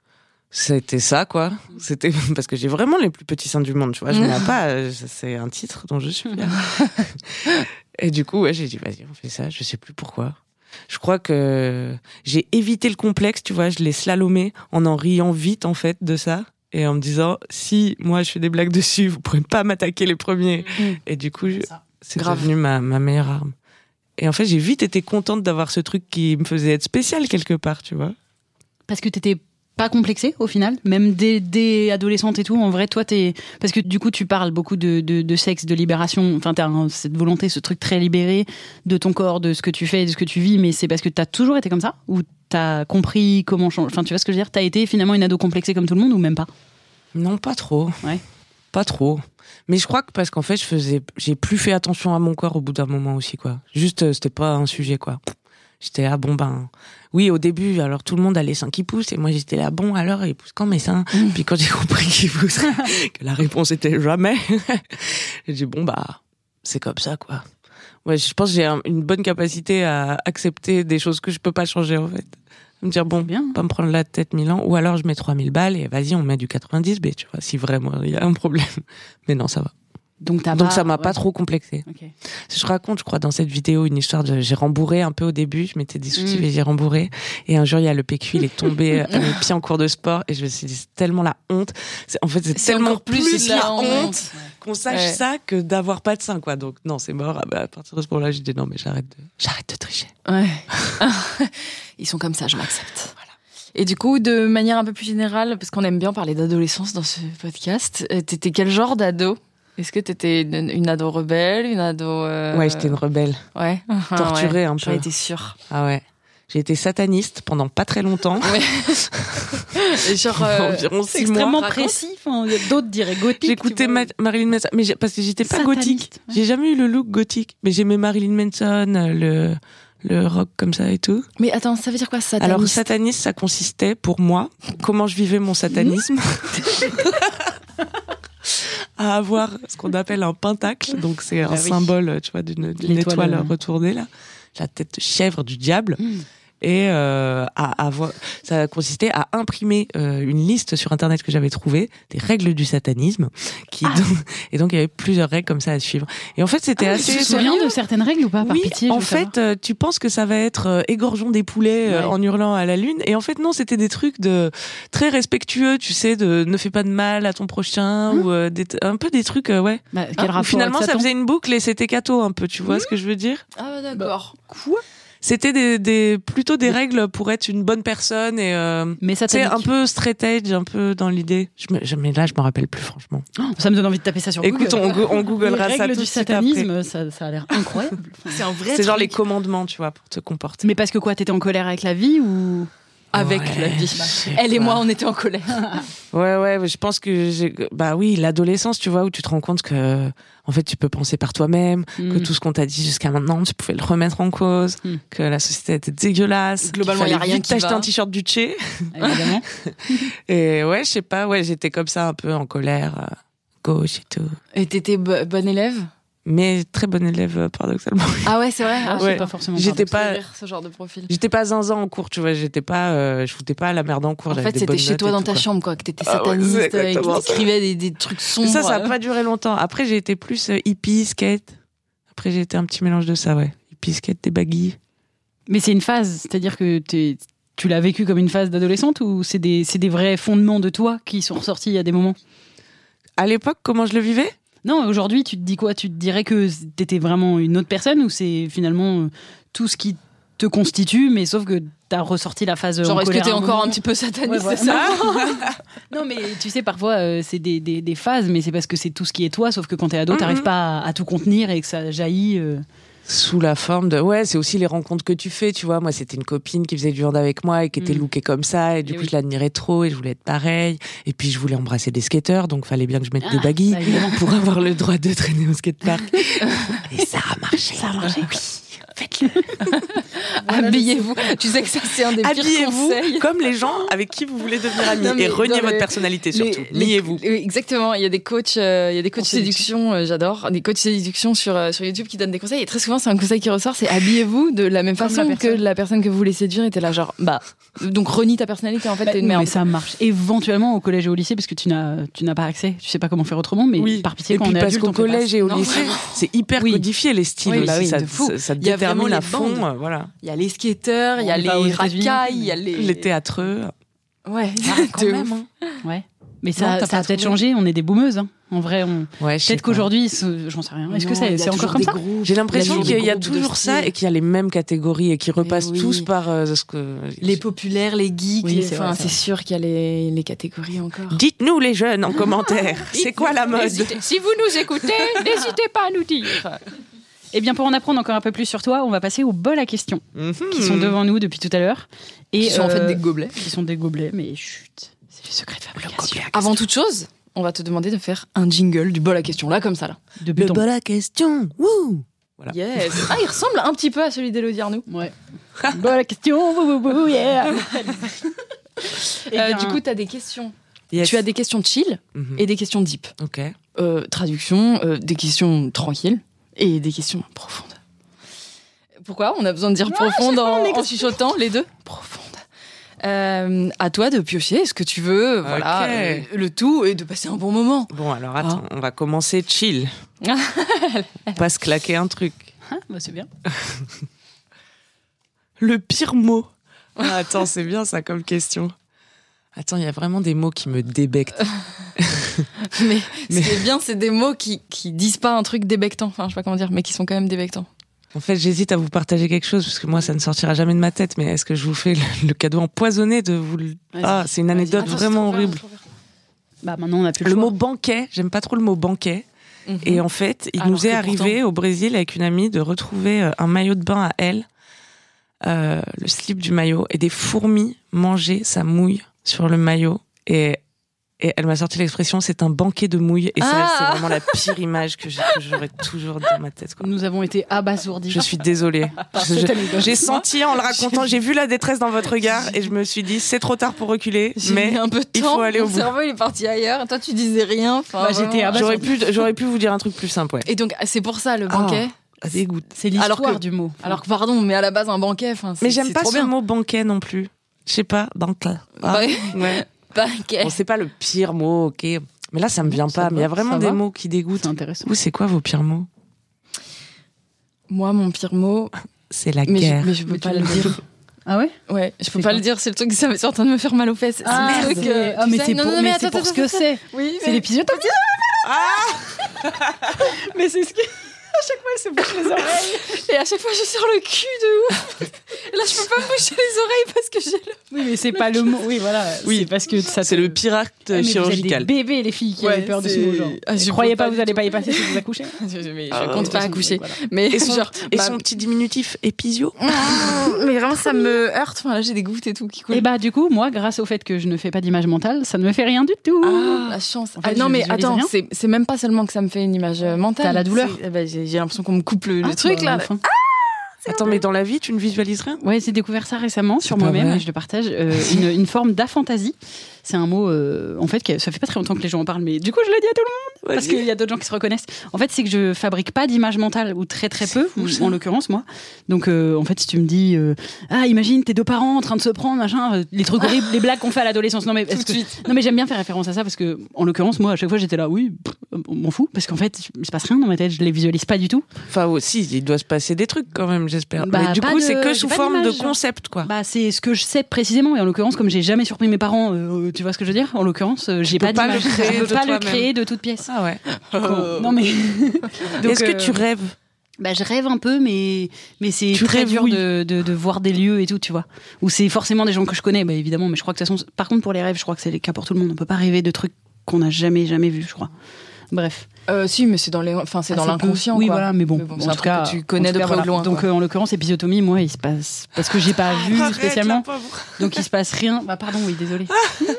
Speaker 3: c'était ça, quoi. C'était (laughs) parce que j'ai vraiment les plus petits seins du monde, tu vois. Je n'ai pas, euh, c'est un titre dont je suis fière. et du coup, ouais, j'ai dit, vas-y, on fait ça. Je sais plus pourquoi. Je crois que j'ai évité le complexe, tu vois. Je l'ai slalomé en en riant vite, en fait, de ça et en me disant si moi je fais des blagues dessus, vous pourrez pas m'attaquer les premiers.
Speaker 2: Mhm.
Speaker 3: Et du coup, je- c'est
Speaker 2: Grave.
Speaker 3: devenu ma, ma meilleure arme. Et en fait, j'ai vite été contente d'avoir ce truc qui me faisait être spéciale quelque part, tu vois.
Speaker 1: Parce que t'étais pas complexée au final, même dès, dès adolescente et tout. En vrai, toi, t'es. Parce que du coup, tu parles beaucoup de, de, de sexe, de libération. Enfin, t'as un- cette volonté, ce truc très libéré de ton corps, de ce que tu fais, de ce que tu vis. Mais c'est parce que t'as toujours été comme ça Ou t'as compris comment changer Enfin, tu vois ce que je veux dire T'as été finalement une ado complexée comme tout le monde ou même pas
Speaker 3: Non, pas trop.
Speaker 1: Ouais.
Speaker 3: Pas trop. Mais je crois que parce qu'en fait, je faisais, j'ai plus fait attention à mon corps au bout d'un moment aussi, quoi. Juste, euh, c'était pas un sujet, quoi. J'étais là, bon, ben. Oui, au début, alors tout le monde a les seins qui poussent, et moi j'étais là, bon, alors ils poussent quand mes seins Puis quand j'ai compris (laughs) qu'ils poussent, que la réponse était jamais, (laughs) j'ai dit, bon, bah, c'est comme ça, quoi. Ouais, je pense que j'ai un- une bonne capacité à accepter des choses que je peux pas changer, en fait. Me dire, bon,
Speaker 1: Bien.
Speaker 3: pas me prendre la tête mille ans, ou alors je mets 3000 balles et vas-y, on met du 90 B, tu vois, si vraiment il y a un problème. (laughs) Mais non, ça va.
Speaker 1: Donc, t'as
Speaker 3: Donc
Speaker 1: pas-
Speaker 3: ça m'a
Speaker 1: ouais.
Speaker 3: pas trop complexé.
Speaker 1: Ok.
Speaker 3: Je raconte, je crois, dans cette vidéo, une histoire de j'ai rembourré un peu au début, je mettais des soutifs et j'ai rembourré. Et un jour, il y a le PQ, il est tombé à mes pieds en cours de sport et je me suis dit, c'est tellement la honte. C'est- En fait, c'est
Speaker 2: C'est
Speaker 3: tellement
Speaker 2: encore
Speaker 3: plus,
Speaker 2: plus
Speaker 3: la,
Speaker 2: la
Speaker 3: honte,
Speaker 2: honte.
Speaker 3: qu'on sache
Speaker 2: Ouais.
Speaker 3: ça que d'avoir pas de sein, quoi. Donc non, c'est mort. Ah bah, à partir de ce moment-là, j'ai dit, non, mais j'arrête de, j'arrête de tricher.
Speaker 2: Ouais. (laughs) Ils sont comme ça, je l'accepte. Et du coup, de manière un peu plus générale, parce qu'on aime bien parler d'adolescence dans ce podcast, euh, t'étais quel genre d'ado Est-ce que t'étais une, une ado rebelle, une ado... euh, ah
Speaker 3: Ouais, j'étais une rebelle.
Speaker 2: Ouais. (laughs)
Speaker 3: Torturée un
Speaker 2: J'en
Speaker 3: peu.
Speaker 2: étais
Speaker 3: (laughs)
Speaker 2: sûre.
Speaker 3: Ah ouais. J'ai été sataniste pendant pas très
Speaker 1: Ah,
Speaker 3: longtemps.
Speaker 2: Et genre...
Speaker 3: Pendant
Speaker 2: euh,
Speaker 3: environ
Speaker 1: C'est
Speaker 3: six mois.
Speaker 1: extrêmement
Speaker 2: raconte.
Speaker 1: précis. Enfin, il y a d'autres diraient gothique.
Speaker 3: J'écoutais
Speaker 1: tu vois.
Speaker 3: Ma- Marilyn Manson, mais j'ai- parce que j'étais pas
Speaker 1: Sataniste,
Speaker 3: gothique.
Speaker 1: ouais.
Speaker 3: J'ai jamais eu le look gothique, mais j'aimais Marilyn Manson, euh, le le rock comme ça et tout.
Speaker 2: Mais attends, ça veut dire quoi ça
Speaker 3: Alors
Speaker 1: (laughs)
Speaker 3: sataniste, ça consistait pour moi comment je vivais mon satanisme. à avoir ce qu'on appelle un pentacle. Donc, c'est
Speaker 1: Ah
Speaker 3: un
Speaker 1: oui.
Speaker 3: symbole, tu vois, d'une d'une
Speaker 1: L'étoile,
Speaker 3: étoile
Speaker 1: euh.
Speaker 3: retournée, là. La tête de chèvre du diable.
Speaker 1: Mm.
Speaker 3: Et euh, à avoir, ça consistait à imprimer euh, une liste sur Internet que j'avais trouvée des règles du satanisme. Qui,
Speaker 1: Ah.
Speaker 3: et donc, (laughs) il y avait plusieurs règles comme ça à suivre. Et en fait, c'était
Speaker 1: Tu
Speaker 3: assez...
Speaker 1: te souviens de certaines règles ou pas Par
Speaker 3: Oui,
Speaker 1: pitié, je
Speaker 3: en
Speaker 1: veux savoir.
Speaker 3: fait, euh, tu penses que ça va être euh, égorgeons des poulets euh,
Speaker 1: Ouais.
Speaker 3: en hurlant à la lune, et en fait non, c'était des trucs de très respectueux, tu sais, de ne fais pas de mal à ton prochain
Speaker 1: Hum.
Speaker 3: ou euh, des t- un peu des trucs, euh, ouais.
Speaker 1: Bah,
Speaker 3: Hein,
Speaker 1: quel
Speaker 3: où
Speaker 1: rapport
Speaker 3: finalement,
Speaker 1: avec
Speaker 3: ça
Speaker 1: Satan Hum.
Speaker 3: faisait une boucle et c'était cato un peu, tu vois ce que je veux dire
Speaker 2: Ah, d'accord.
Speaker 1: quoi
Speaker 3: C'était des, des plutôt des règles pour être une bonne personne et euh,
Speaker 1: Mais ça
Speaker 3: tu sais, un peu strategy, un peu dans l'idée. Je me- je- Mais là, je me rappelle plus franchement.
Speaker 1: Ah, Ça me donne envie de taper ça sur
Speaker 3: Écoute,
Speaker 1: Google.
Speaker 3: on, go- on
Speaker 1: Les
Speaker 3: googlera ça
Speaker 1: règles
Speaker 3: tout
Speaker 1: du
Speaker 3: de suite après.
Speaker 1: satanisme, ça, ça a l'air incroyable.
Speaker 2: C'est un vrai.
Speaker 3: C'est genre les
Speaker 2: truc.
Speaker 3: commandements, tu vois, pour te comporter.
Speaker 1: (laughs) Mais parce que quoi, t'étais en colère avec la vie ou
Speaker 2: Avec
Speaker 3: Bah, Ouais,
Speaker 2: la
Speaker 3: je
Speaker 2: vie.
Speaker 3: sais
Speaker 2: Elle et
Speaker 3: pas.
Speaker 2: moi, on était en colère.
Speaker 1: (laughs)
Speaker 3: Ouais, ouais, ouais, je pense que j'ai, bah oui, l'adolescence, tu vois, où tu te rends compte que, en fait, tu peux penser par toi-même, que
Speaker 1: Hmm.
Speaker 3: tout ce qu'on t'a dit jusqu'à maintenant, tu pouvais le remettre en cause,
Speaker 1: Mm.
Speaker 3: que la société était dégueulasse.
Speaker 2: Hmm. Globalement,
Speaker 3: qu'il
Speaker 2: y a
Speaker 3: fallait
Speaker 2: rien
Speaker 3: vite
Speaker 2: qui
Speaker 3: t'acheter
Speaker 2: va.
Speaker 3: un t-shirt du Che.
Speaker 1: évidemment
Speaker 3: Et ouais, je sais pas, ouais, j'étais comme ça un peu en colère, euh, gauche et tout.
Speaker 2: Et t'étais bo- bonne élève
Speaker 3: Mais très bon élève, euh, paradoxalement.
Speaker 2: Ah ouais, c'est vrai.
Speaker 1: Ah,
Speaker 2: Ah,
Speaker 1: c'est
Speaker 3: Ouais.
Speaker 1: pas forcément.
Speaker 3: J'étais
Speaker 1: paradoxal.
Speaker 3: pas,
Speaker 2: rire, ce genre de profil.
Speaker 3: j'étais pas zinzin en cours, tu vois, j'étais pas, euh, je foutais pas la merde en cours.
Speaker 2: En
Speaker 3: j'avais
Speaker 2: fait,
Speaker 3: des
Speaker 2: c'était
Speaker 3: bonnes
Speaker 2: chez
Speaker 3: notes
Speaker 2: toi
Speaker 3: et
Speaker 2: dans
Speaker 3: tout,
Speaker 2: ta
Speaker 3: quoi.
Speaker 2: chambre, quoi, que t'étais
Speaker 3: Ah ouais,
Speaker 2: sataniste
Speaker 3: c'est
Speaker 2: euh, et que
Speaker 3: exactement ça.
Speaker 2: t'écrivais des, des trucs
Speaker 3: Mais
Speaker 2: sombres. euh.
Speaker 3: ça, ça a pas duré longtemps. Après, j'ai été plus euh, hippie, skate. Après, j'ai été un petit mélange de ça, ouais. Hippie, skate, des baggy.
Speaker 1: Mais c'est une phase, c'est-à-dire que t'es- tu l'as vécu comme une phase d'adolescente ou c'est des, c'est des vrais fondements de toi qui sont ressortis à des moments
Speaker 3: À l'époque, comment je le vivais
Speaker 1: Non, aujourd'hui, tu te dis quoi Tu te dirais que t'étais vraiment une autre personne ou c'est finalement euh, tout ce qui te constitue, mais sauf que t'as ressorti la phase. euh, en
Speaker 2: Genre, est-ce que
Speaker 1: colère
Speaker 2: t'es
Speaker 1: à un
Speaker 2: encore un
Speaker 1: moment
Speaker 2: petit peu sataniste,
Speaker 1: Ouais, voilà.
Speaker 2: c'est (laughs) ça (laughs)
Speaker 1: Non, mais tu sais, parfois, euh, c'est des, des- des phases, mais c'est parce que c'est tout ce qui est toi, sauf que quand t'es ado,
Speaker 3: Mhm.
Speaker 1: t'arrives pas à, à tout contenir et que ça jaillit. euh.
Speaker 3: Sous la forme de. Ouais, c'est aussi les rencontres que tu fais, tu vois. Moi, c'était une copine qui faisait du hand avec moi et qui était
Speaker 1: Mm.
Speaker 3: lookée comme ça. Et du
Speaker 1: Eh
Speaker 3: coup,
Speaker 1: oui.
Speaker 3: je l'admirais trop et je voulais être pareil. Et puis, je voulais embrasser des skateurs, donc fallait bien que je mette des
Speaker 1: Ah,
Speaker 3: baggy
Speaker 1: bah, évidemment.
Speaker 3: pour avoir le droit de traîner au skatepark. et ça a marché.
Speaker 1: Ça a marché.
Speaker 3: Oui.
Speaker 1: (laughs)
Speaker 3: Faites-le.
Speaker 2: Habillez-vous. (laughs) Tu sais que ça, c'est un des pires
Speaker 3: Habillez-vous
Speaker 2: conseils.
Speaker 3: (laughs) comme les gens avec qui vous voulez devenir amis.
Speaker 2: Non, mais
Speaker 3: et reniez
Speaker 2: dans
Speaker 3: votre
Speaker 2: les-
Speaker 3: personnalité surtout.
Speaker 2: Les- les-
Speaker 3: Niez-vous.
Speaker 2: Oui, exactement. Il y a des coachs, euh, il y a des coachs
Speaker 1: En
Speaker 2: séduction, euh, j'adore, des coachs séduction sur euh, sur YouTube qui donnent des conseils. Et très souvent, c'est un conseil qui ressort, c'est habillez-vous de la même
Speaker 1: Comme
Speaker 2: façon
Speaker 1: la
Speaker 2: que
Speaker 1: personne.
Speaker 2: la personne que vous voulez séduire était là, genre bah donc renie ta personnalité. En fait, t'es une
Speaker 1: Non, mais
Speaker 2: merde.
Speaker 1: ça marche éventuellement au collège et au lycée parce que tu n'as tu n'as pas accès. Tu sais pas comment faire autrement, mais
Speaker 3: Oui.
Speaker 1: par pitié,
Speaker 3: et
Speaker 1: quand
Speaker 3: puis
Speaker 1: on est
Speaker 3: parce
Speaker 1: adulte,
Speaker 3: qu'au
Speaker 1: on fait pas
Speaker 3: collège et au
Speaker 2: Non,
Speaker 3: lycée,
Speaker 2: vraiment.
Speaker 3: c'est hyper
Speaker 1: Oui.
Speaker 3: codifié les styles
Speaker 1: Oui,
Speaker 3: aussi.
Speaker 1: bah oui,
Speaker 3: ça,
Speaker 1: de fou.
Speaker 3: ça, ça
Speaker 2: Il y a vraiment
Speaker 3: détermine
Speaker 2: les
Speaker 3: à fond,
Speaker 2: bandes.
Speaker 3: euh, voilà.
Speaker 2: Il y a les skateurs, il y a
Speaker 1: On est pas aux
Speaker 2: les
Speaker 1: États-Unis,
Speaker 2: racailles,
Speaker 1: mais-
Speaker 2: il y a les
Speaker 3: Les théâtreux.
Speaker 2: Ouais,
Speaker 3: quand
Speaker 2: (laughs) de
Speaker 3: même,
Speaker 2: ouf.
Speaker 3: hein.
Speaker 1: Ouais. Mais
Speaker 3: Non,
Speaker 1: ça,
Speaker 3: t'as
Speaker 1: ça a
Speaker 3: pas
Speaker 1: peut-être
Speaker 3: trouvé.
Speaker 1: changé. On est des boumeuses. hein. En vrai, on...
Speaker 3: Ouais, je sais
Speaker 1: peut-être
Speaker 3: pas.
Speaker 1: qu'aujourd'hui, ce- j'en sais rien. Est-ce que
Speaker 2: Non,
Speaker 1: c'est
Speaker 2: il y a
Speaker 1: c'est encore
Speaker 2: toujours
Speaker 1: comme
Speaker 2: des
Speaker 1: ça
Speaker 2: groupes.
Speaker 3: J'ai l'impression
Speaker 2: Il y a
Speaker 3: qu'il y a
Speaker 2: des groupes de
Speaker 3: toujours ça
Speaker 2: style.
Speaker 3: et qu'il y a les mêmes catégories et qu'ils repassent
Speaker 2: oui.
Speaker 3: tous par euh, ce que.
Speaker 2: Les populaires, les geeks,
Speaker 1: Oui,
Speaker 2: les-
Speaker 1: c'est vrai,
Speaker 2: enfin,
Speaker 1: c'est
Speaker 2: c'est sûr qu'il y a les, les catégories encore.
Speaker 3: Dites-nous les jeunes
Speaker 2: Ah.
Speaker 3: en commentaire,
Speaker 2: (laughs)
Speaker 3: c'est quoi la mode
Speaker 2: Si vous nous
Speaker 3: (laughs)
Speaker 2: écoutez, n'hésitez pas à nous dire.
Speaker 1: Eh bien, pour en apprendre encore un peu plus sur toi, on va passer au bol à questions
Speaker 3: Mhm.
Speaker 1: qui sont devant nous depuis tout à l'heure. Et
Speaker 2: Qui sont en fait
Speaker 1: euh,
Speaker 2: des gobelets.
Speaker 1: qui sont des gobelets, mais chut, c'est le secret de fabrication.
Speaker 2: Avant toute chose, on va te demander de faire un jingle du bol à question, là, comme ça, là.
Speaker 1: De
Speaker 3: Le
Speaker 1: béton.
Speaker 3: bol à question. Wouh Voilà.
Speaker 2: Yes. Ah, il ressemble un petit peu à celui d'Elodie Arnoux.
Speaker 1: Ouais. bon, la question, bou, bou, bou, yeah. (laughs) Eh
Speaker 2: Euh,
Speaker 1: bien,
Speaker 2: du coup, tu as des questions.
Speaker 3: Yes.
Speaker 2: Tu as des questions chill
Speaker 3: Mhm.
Speaker 2: et des questions deep.
Speaker 3: Ok.
Speaker 2: Euh, traduction, euh, des questions tranquilles et des questions profondes. Pourquoi On a besoin de dire profonde en, en chuchotant les deux Profonde. Euh, à toi de piocher ce que tu veux, voilà,
Speaker 3: Ok.
Speaker 2: euh, le tout et de passer un bon moment.
Speaker 3: Bon, alors
Speaker 1: Ah.
Speaker 3: attends, on va commencer chill.
Speaker 1: (laughs)
Speaker 2: Ah.
Speaker 3: On va se claquer un truc.
Speaker 1: Ah, bah, c'est bien.
Speaker 3: Le pire mot. Ah, attends, c'est bien ça comme question. Attends, il y a vraiment des mots qui me débectent.
Speaker 2: (laughs) Mais,
Speaker 3: Mais-
Speaker 2: ce qui est bien, c'est des mots qui, qui disent pas un truc débectant, enfin je sais pas comment dire, mais qui sont quand même débectants.
Speaker 3: En fait, j'hésite à vous partager quelque chose parce que moi, ça ne sortira jamais de ma tête. Mais est-ce que je vous fais le, le cadeau empoisonné de vous le...
Speaker 1: Vas-y.
Speaker 3: Ah, c'est une anecdote
Speaker 1: Vas-y. Attends,
Speaker 3: vraiment horrible.
Speaker 1: Bah, maintenant, on a plus le,
Speaker 3: Le
Speaker 1: choix.
Speaker 3: mot banquet, j'aime pas trop le mot banquet.
Speaker 2: Mhm.
Speaker 3: Et en fait, il
Speaker 2: Alors
Speaker 3: nous est
Speaker 2: que
Speaker 3: arrivé au Brésil avec une amie de retrouver euh, un maillot de bain à elle, euh, le slip du maillot, et des fourmis manger sa mouille sur le maillot. Et Et elle m'a sorti l'expression c'est un banquet de mouille. Et ça,
Speaker 2: Ah.
Speaker 3: c'est vraiment la pire image que j'ai- que j'aurais toujours dans ma tête. Quoi.
Speaker 1: Nous avons été abasourdis.
Speaker 3: Je suis désolée. Je-
Speaker 1: cette
Speaker 3: je-
Speaker 1: anecdote.
Speaker 3: J'ai senti en le racontant, j'ai vu la détresse dans votre regard et je me suis dit c'est trop tard pour reculer,
Speaker 2: J'ai
Speaker 3: mais
Speaker 2: mis un peu de
Speaker 3: il
Speaker 2: temps,
Speaker 3: faut aller au
Speaker 2: mon
Speaker 3: bout.
Speaker 2: cerveau il est parti ailleurs. Toi tu disais rien. enfin,
Speaker 1: Bah, j'étais
Speaker 2: vraiment.
Speaker 1: abasourdie.
Speaker 3: j'aurais pu, j'aurais pu vous dire un truc plus simple. Ouais.
Speaker 2: Et donc c'est pour ça le
Speaker 3: Ah.
Speaker 2: banquet.
Speaker 3: dégoûte.
Speaker 1: C'est l'histoire
Speaker 2: Alors que-
Speaker 1: du mot.
Speaker 2: Alors que pardon, mais à la base un banquet. Enfin, c'est-
Speaker 3: Mais j'aime
Speaker 2: c'est
Speaker 3: pas
Speaker 2: trop
Speaker 3: ce
Speaker 2: bien. Bah,
Speaker 3: mot banquet non plus. Je sais pas, banquet.
Speaker 2: (laughs)
Speaker 3: Ah,
Speaker 2: Ouais.
Speaker 3: (laughs) ouais.
Speaker 2: Banquet.
Speaker 3: Bon, c'est pas le pire mot, ok. Mais là, ça me vient
Speaker 1: ça
Speaker 3: pas. Mais il y a
Speaker 1: va,
Speaker 3: vraiment
Speaker 1: ça
Speaker 3: des
Speaker 1: va.
Speaker 3: mots qui
Speaker 1: C'est
Speaker 3: dégoûtent.
Speaker 1: intéressant.
Speaker 3: Vous, c'est quoi vos pires mots
Speaker 2: Moi mon pire mot,
Speaker 3: C'est la
Speaker 2: mais je,
Speaker 3: guerre.
Speaker 2: mais je peux
Speaker 1: Mais
Speaker 2: pas
Speaker 1: tu
Speaker 2: le
Speaker 1: l'as
Speaker 2: dire.
Speaker 1: Ah ouais
Speaker 2: Ouais, je peux
Speaker 1: C'est
Speaker 2: pas
Speaker 1: quoi
Speaker 2: le dire. C'est le truc ça est en train de me faire mal aux fesses. C'est
Speaker 1: Ah,
Speaker 2: le truc.
Speaker 1: c'est-
Speaker 2: euh,
Speaker 1: ah,
Speaker 2: tu
Speaker 1: mais
Speaker 2: sais-
Speaker 1: c'est
Speaker 2: non,
Speaker 1: pour,
Speaker 2: non, non, mais
Speaker 1: mais c'est pour
Speaker 2: attends, attends,
Speaker 1: ce que
Speaker 2: attends.
Speaker 1: c'est.
Speaker 2: Oui,
Speaker 1: C'est
Speaker 2: mais-
Speaker 1: l'épisode. mais c'est ce qui. À chaque fois, elle se bouche les oreilles.
Speaker 2: Et à chaque fois, je sors le cul de ouf. (laughs) Et là, je peux pas me boucher les oreilles parce que j'ai le.
Speaker 1: Oui, mais c'est pas le mot. Oui, voilà.
Speaker 3: Oui.
Speaker 1: C'est parce que ça.
Speaker 3: C'est
Speaker 1: te-
Speaker 3: le Ah, pirate
Speaker 1: Eh, mais
Speaker 3: chirurgical.
Speaker 1: Vous êtes des bébés, les filles qui
Speaker 2: Ouais,
Speaker 1: avaient peur de ce
Speaker 2: c'est-
Speaker 1: mot. Genre.
Speaker 2: Ah, je
Speaker 1: croyez
Speaker 2: peux
Speaker 1: pas,
Speaker 2: pas
Speaker 1: vous
Speaker 2: du
Speaker 1: allez pas y
Speaker 2: tout.
Speaker 1: passer si vous (laughs) accouchez.
Speaker 2: (laughs) Je, mais
Speaker 3: Ah,
Speaker 2: je compte
Speaker 3: ouais,
Speaker 2: pas
Speaker 1: de toute façon,
Speaker 2: accoucher.
Speaker 1: voilà.
Speaker 2: Mais
Speaker 3: Et son,
Speaker 2: genre.
Speaker 3: et
Speaker 2: ma-
Speaker 3: son petit diminutif épisio.
Speaker 2: (laughs) Mais vraiment, ça me heurte. Enfin, là, j'ai des gouttes et tout qui coulent.
Speaker 1: Et bah, du coup, moi, grâce au fait que je ne fais pas d'image mentale, ça ne me fait rien du tout.
Speaker 2: Ah, la chance.
Speaker 1: En fait,
Speaker 2: Ah, non,
Speaker 1: je
Speaker 2: mais
Speaker 1: visualise
Speaker 2: attends,
Speaker 1: rien.
Speaker 2: c'est c'est même pas seulement que ça me fait une image euh, mentale.
Speaker 1: T'as la douleur.
Speaker 2: C'est- eh ben, j'ai j'ai l'impression qu'on me coupe le, le
Speaker 1: Ah,
Speaker 2: truc
Speaker 1: bah,
Speaker 2: là.
Speaker 1: enfin.
Speaker 3: Attends, mais dans la vie, tu ne visualises rien
Speaker 1: Ouais, j'ai découvert ça récemment sur
Speaker 3: pas
Speaker 1: moi-même
Speaker 3: vrai.
Speaker 1: et je le partage. euh, une, une forme d'aphantasie. C'est un mot, euh, en fait, qui- ça fait pas très longtemps que les gens en parlent, mais du coup, je le dis à tout le monde parce
Speaker 3: Vas-y.
Speaker 1: qu'il y a d'autres gens qui se reconnaissent. En fait, c'est que je fabrique pas d'image mentale ou très très peu,
Speaker 3: fou,
Speaker 1: ou-
Speaker 3: ça.
Speaker 1: en l'occurrence, moi. Donc, euh, en fait, si tu me dis, euh, ah, imagine tes deux parents en train de se prendre, machin, euh, les trucs horribles, les blagues qu'on fait à l'adolescence.
Speaker 3: (laughs)
Speaker 1: Non, mais
Speaker 2: Tout
Speaker 1: est-ce
Speaker 2: de
Speaker 1: que
Speaker 2: suite.
Speaker 1: Non mais j'aime bien faire référence à ça parce que en l'occurrence moi à chaque fois j'étais là oui pff, on m'en fout parce qu'en fait il se passe rien dans ma tête je les visualise pas du tout
Speaker 3: Enfin, aussi, il doit se passer des trucs quand même, j'espère.
Speaker 1: Bah,
Speaker 3: mais du
Speaker 1: pas
Speaker 3: coup,
Speaker 1: de-
Speaker 3: c'est que
Speaker 1: j'ai
Speaker 3: sous
Speaker 1: pas
Speaker 3: forme de
Speaker 1: d'image, genre.
Speaker 3: concept, quoi.
Speaker 1: bah c'est ce que je sais précisément et en l'occurrence comme j'ai jamais surpris mes parents euh, tu vois ce que je veux dire en l'occurrence euh, j'ai
Speaker 3: peux
Speaker 1: pas
Speaker 3: pas le
Speaker 1: d'image
Speaker 3: créer
Speaker 1: je peux
Speaker 3: de
Speaker 1: pas le
Speaker 3: toi-même.
Speaker 1: créer de toute pièce
Speaker 3: Ah ouais.
Speaker 2: Euh,
Speaker 1: non mais Donc,
Speaker 3: (laughs) Est-ce que
Speaker 1: euh,
Speaker 3: tu rêves
Speaker 1: bah, je rêve un peu mais mais c'est
Speaker 3: Tu
Speaker 1: très dur
Speaker 3: rêvouilles.
Speaker 1: de, de, de voir des lieux et tout tu vois où c'est forcément des gens que je connais bah évidemment mais je crois que de toute façon par contre pour les rêves je crois que c'est le cas pour tout le monde on peut pas rêver de trucs qu'on n'a jamais jamais vu je crois bref
Speaker 2: Euh, si, mais c'est dans les, enfin, c'est
Speaker 1: Ah,
Speaker 2: dans
Speaker 1: ça peut-
Speaker 2: l'inconscient.
Speaker 1: Oui,
Speaker 2: quoi.
Speaker 1: voilà, mais bon,
Speaker 2: Mais bon, c'est
Speaker 1: en
Speaker 2: un
Speaker 1: tout
Speaker 2: truc
Speaker 1: cas,
Speaker 2: que tu connais
Speaker 1: en tout
Speaker 2: de
Speaker 1: cas,
Speaker 2: près ou de loin,
Speaker 1: Donc,
Speaker 2: quoi. Ah,
Speaker 1: euh, en l'occurrence, épisiotomie, moi, il se passe parce que j'ai pas vu spécialement,
Speaker 2: hein.
Speaker 1: donc il se passe rien. Bah, pardon, oui, désolé.
Speaker 2: Ah, Genre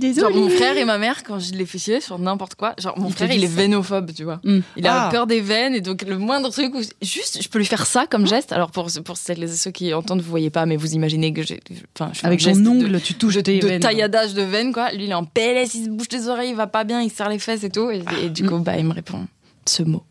Speaker 1: désolé.
Speaker 2: mon frère et ma mère, quand je les fais chier sur n'importe quoi, genre mon
Speaker 1: Ils te
Speaker 2: frère il est
Speaker 1: disent ça.
Speaker 2: vénophobe, tu vois.
Speaker 1: Mm.
Speaker 2: Il a
Speaker 3: Ah.
Speaker 2: peur des veines et donc le moindre truc où juste je peux lui faire ça comme geste. Alors pour pour celles et ceux qui entendent, vous voyez pas, mais vous imaginez que j'ai, enfin, je fais
Speaker 1: Avec
Speaker 2: un geste
Speaker 1: ton
Speaker 2: de-
Speaker 1: ongle, tu touches tes
Speaker 2: de
Speaker 1: veines.
Speaker 2: tailladage de veines quoi. Lui il est en PLS, il se bouge les oreilles, il va pas bien, il serre les fesses et tout. Et, et
Speaker 1: Ah.
Speaker 2: du coup bah il me répond ce mot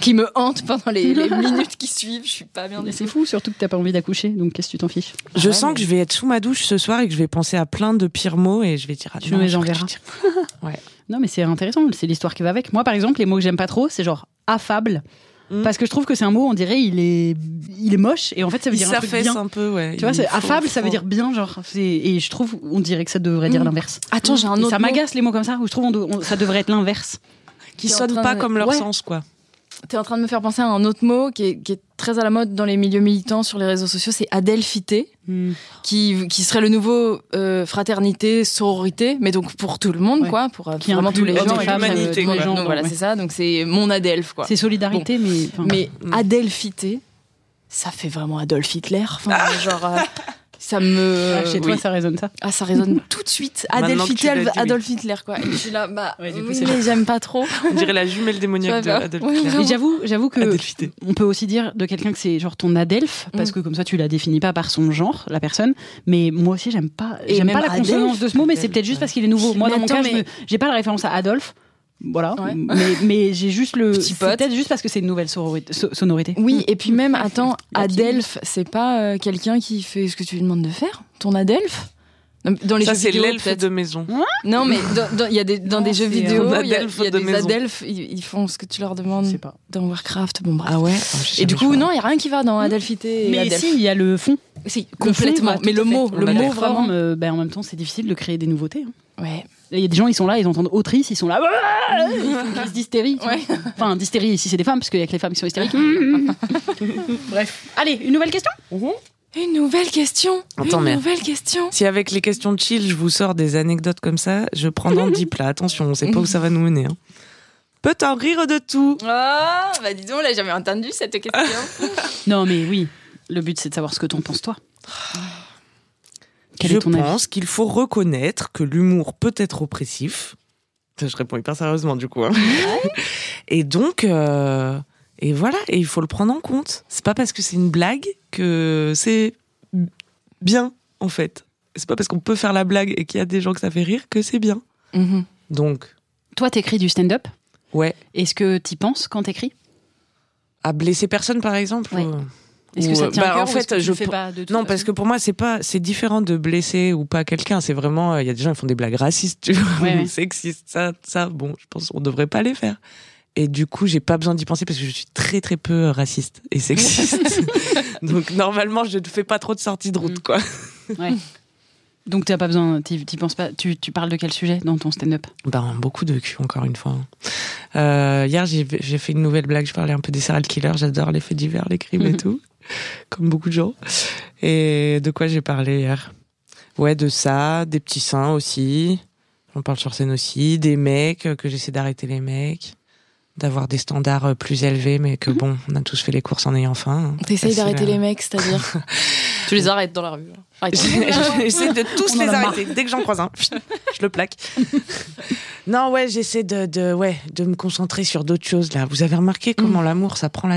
Speaker 2: qui me hante pendant les,
Speaker 1: (laughs)
Speaker 2: les minutes qui suivent. Je suis pas bien.
Speaker 1: Mais
Speaker 2: du
Speaker 1: C'est
Speaker 2: tout.
Speaker 1: fou, surtout que t'as pas envie d'accoucher, donc qu'est-ce que tu t'en fiches
Speaker 3: Je
Speaker 2: Ouais,
Speaker 3: sens
Speaker 2: mais-
Speaker 3: que je vais être sous ma douche ce soir et que je vais penser à plein de pires mots et je vais dire ah,
Speaker 1: Tu
Speaker 3: non,
Speaker 1: nous les
Speaker 3: j'aurais dû
Speaker 1: enverras.
Speaker 3: dire-
Speaker 1: Non, mais c'est intéressant, c'est l'histoire qui va avec. Moi, par exemple, les mots que j'aime pas trop, c'est genre affable,
Speaker 3: Mm.
Speaker 1: parce que je trouve que c'est un mot, on dirait, il est, il est moche, et en fait, ça veut
Speaker 3: Il
Speaker 1: dire un truc
Speaker 3: s'affaisse
Speaker 1: bien.
Speaker 3: un peu, ouais.
Speaker 1: Tu vois,
Speaker 3: Il
Speaker 1: c'est
Speaker 3: faut-
Speaker 1: affable, ça veut
Speaker 3: faut-
Speaker 1: dire bien, genre. c'est- Et je trouve, on dirait que ça devrait dire
Speaker 2: Mm.
Speaker 1: l'inverse.
Speaker 2: Attends j'ai un
Speaker 1: Et
Speaker 2: autre.
Speaker 1: ça
Speaker 2: mot.
Speaker 1: m'agace les mots comme ça, où je trouve on do- on- ça devrait être l'inverse.
Speaker 2: Qui
Speaker 3: Qui
Speaker 2: est en
Speaker 3: sonne
Speaker 2: train
Speaker 3: pas
Speaker 2: de-
Speaker 3: comme leur
Speaker 2: Ouais.
Speaker 3: sens, quoi.
Speaker 2: T'es en train de me faire penser à un autre mot qui est, qui est très à la mode dans les milieux militants sur les réseaux sociaux, c'est adelphité, qui, qui serait le nouveau euh, fraternité, sororité, mais donc pour tout le monde,
Speaker 1: Ouais.
Speaker 2: quoi, pour euh,
Speaker 1: Qui
Speaker 2: vraiment
Speaker 1: inclut
Speaker 2: tous les
Speaker 1: hommes
Speaker 2: gens.
Speaker 1: et
Speaker 2: et tout,
Speaker 1: femmes,
Speaker 3: euh,
Speaker 2: tous les
Speaker 3: tous les
Speaker 2: gens,
Speaker 1: gens,
Speaker 2: donc voilà,
Speaker 1: ouais.
Speaker 2: c'est ça, donc c'est mon adelph, quoi.
Speaker 1: C'est solidarité, mais. enfin,
Speaker 2: Mais
Speaker 3: Mm.
Speaker 2: adelphité, ça fait vraiment Adolf Hitler, enfin, genre... euh, Ça me.
Speaker 1: ah, chez toi,
Speaker 3: euh,
Speaker 2: oui.
Speaker 1: ça résonne ça.
Speaker 2: Ah, ça résonne (laughs) tout de suite.
Speaker 3: Maintenant que
Speaker 2: Adelphité,
Speaker 3: tu l'as dit, oui.
Speaker 2: Adolf Hitler, quoi. Et je suis là, bah.
Speaker 1: Ouais, du coup,
Speaker 2: oui,
Speaker 1: c'est
Speaker 2: mais j'aime pas
Speaker 1: (laughs)
Speaker 2: trop.
Speaker 3: On dirait la jumelle démoniaque
Speaker 2: Tu
Speaker 3: de
Speaker 2: vois,
Speaker 3: Adolf
Speaker 2: ouais,
Speaker 3: Hitler.
Speaker 2: vraiment.
Speaker 1: Et j'avoue, j'avoue que
Speaker 3: Adelphité.
Speaker 1: on peut aussi dire de quelqu'un que c'est genre ton adelphe,
Speaker 2: Mm.
Speaker 1: parce que comme ça, tu la définis pas par son genre, la personne. Mais moi aussi, j'aime pas,
Speaker 2: Et
Speaker 1: j'aime
Speaker 2: même
Speaker 1: pas la
Speaker 2: Adelphe.
Speaker 1: consonance de ce mot, mais c'est
Speaker 3: Adelphe,
Speaker 1: peut-être juste parce qu'il est nouveau. Moi,
Speaker 2: Mais
Speaker 1: dans mon
Speaker 2: attends,
Speaker 1: cas, je
Speaker 2: mais-
Speaker 1: me- j'ai pas la référence à Adolphe. Voilà,
Speaker 2: Ouais.
Speaker 1: mais, mais j'ai juste le.
Speaker 2: Petit
Speaker 1: C'est
Speaker 2: pote. Mm.
Speaker 1: peut-être juste parce que c'est une nouvelle sororité- so- sonorité.
Speaker 2: (laughs) Oui, et
Speaker 1: (laughs)
Speaker 2: puis même, attends,
Speaker 1: La petite.
Speaker 2: Adelph, c'est pas euh, quelqu'un qui fait ce que tu lui demandes de faire Ton Adelph Non, Dans les
Speaker 3: Ça,
Speaker 2: jeux
Speaker 3: c'est
Speaker 2: vidéo,
Speaker 3: l'elfe
Speaker 2: peut-être.
Speaker 3: de maison.
Speaker 2: Non, mais dans, dans- il y a des, dans
Speaker 1: Non,
Speaker 2: des jeux
Speaker 1: c'est
Speaker 2: vidéo,
Speaker 3: un
Speaker 2: il y a,
Speaker 3: Adelph
Speaker 2: il y a
Speaker 3: de
Speaker 2: des
Speaker 3: maison.
Speaker 2: Adelphes, ils, ils font ce que tu leur
Speaker 1: Je
Speaker 2: demandes
Speaker 1: sais pas.
Speaker 2: dans Warcraft. Bon, bref.
Speaker 3: Ah ouais
Speaker 2: Ah et du coup, non, il n'y a rien qui va dans
Speaker 1: Hmm.
Speaker 2: Adelphité et
Speaker 1: Mais
Speaker 2: Adelph.
Speaker 1: si, il y a le fond.
Speaker 2: Si,
Speaker 1: Le fond,
Speaker 2: complètement.
Speaker 1: bah, tout
Speaker 2: mais le
Speaker 1: à fait.
Speaker 2: mot,
Speaker 3: On
Speaker 2: le
Speaker 3: a
Speaker 2: mot
Speaker 3: l'air
Speaker 2: vraiment.
Speaker 1: Forme, euh, ben, en même temps, c'est difficile de créer des nouveautés. hein.
Speaker 2: Ouais.
Speaker 1: Il y a des gens, ils sont là, ils entendent autrice, ils sont là, (laughs) Ah ils font une crise d'hystérie. tu
Speaker 2: Ouais.
Speaker 1: vois. Enfin, d'hystérie ici, c'est des femmes, parce qu'il y a que les femmes qui sont hystériques. (laughs) Bref. Allez, une nouvelle question
Speaker 2: Une nouvelle question.
Speaker 3: Attends,
Speaker 2: Une
Speaker 3: mais-
Speaker 2: nouvelle question.
Speaker 3: Si avec les questions de chill, je vous sors des anecdotes comme ça, je prends dans 10 plats. Attention, on sait pas où ça va nous mener. hein. Peut en rire de tout.
Speaker 2: Ah, bah dis donc, là, j'avais entendu cette question.
Speaker 1: Non, mais oui, le but, c'est de savoir ce que t'en penses, toi. Quel
Speaker 3: je
Speaker 1: est ton avis
Speaker 3: pense qu'il faut reconnaître que l'humour peut être oppressif. Putain, Je réponds hyper sérieusement du coup. hein. (laughs) et donc, euh, et voilà, et il faut le prendre en compte. C'est pas parce que c'est une blague que c'est bien en fait. C'est pas parce qu'on peut faire la blague et qu'il y a des gens que ça fait rire que c'est bien.
Speaker 2: (laughs) Mhm.
Speaker 3: Donc,
Speaker 1: Toi, t'écris du stand-up.
Speaker 3: ouais,
Speaker 1: Est-ce que t'y penses quand t'écris
Speaker 3: à blesser personne par exemple.
Speaker 1: Ouais.
Speaker 3: euh,
Speaker 1: Est-ce que
Speaker 3: Ou,
Speaker 1: ça
Speaker 3: euh,
Speaker 1: te tient à
Speaker 3: bah,
Speaker 1: cœur
Speaker 3: en
Speaker 1: ou
Speaker 3: fait,
Speaker 1: est-ce que tu
Speaker 3: je
Speaker 1: le fais
Speaker 3: pe-
Speaker 1: pas de toute
Speaker 3: Non,
Speaker 1: façon
Speaker 3: parce que pour moi, c'est pas, c'est différent de blesser ou pas quelqu'un. C'est vraiment, euh, il y a des gens qui font des blagues racistes, tu vois,
Speaker 1: Ouais,
Speaker 3: ou
Speaker 1: ouais.
Speaker 3: sexistes. Ça, ça, bon, je pense qu'on devrait pas les faire. Et du coup, j'ai pas besoin d'y penser parce que je suis très très peu euh, raciste
Speaker 1: (laughs)
Speaker 3: et sexiste. Donc normalement, je ne fais pas trop de sorties de
Speaker 1: Mm.
Speaker 3: route, quoi.
Speaker 1: Donc t'as pas besoin, t'y t'y penses pas. Tu, tu parles de quel sujet dans ton stand-up
Speaker 3: Ben beaucoup de cul, encore une fois. Euh, hier, j'ai j'ai fait une nouvelle blague. Je parlais un peu des serial killers. J'adore les faits divers, les
Speaker 2: (laughs)
Speaker 3: crimes et tout, comme beaucoup de gens. Et de quoi j'ai parlé hier Ouais, de ça, des petits seins aussi. On parle sur scène aussi, des mecs euh, que j'essaie d'arrêter les mecs, d'avoir des standards euh, plus élevés, mais que bon, on a tous fait les courses en ayant faim. hein.
Speaker 2: Mhm. T'essayes
Speaker 3: Facile,
Speaker 2: d'arrêter
Speaker 3: hein.
Speaker 2: les mecs, c'est-à-dire. Ah, (laughs) tu les arrêtes dans la rue. hein. (laughs) Arrête.
Speaker 3: (laughs) J'essaie de tous
Speaker 1: On en
Speaker 3: les
Speaker 1: a marre.
Speaker 3: arrêter. Dès que j'en croise un, je le plaque. (laughs) non, ouais, j'essaie de, de- ouais, de me concentrer sur d'autres choses. Là, vous avez remarqué comment l'amour, ça prend la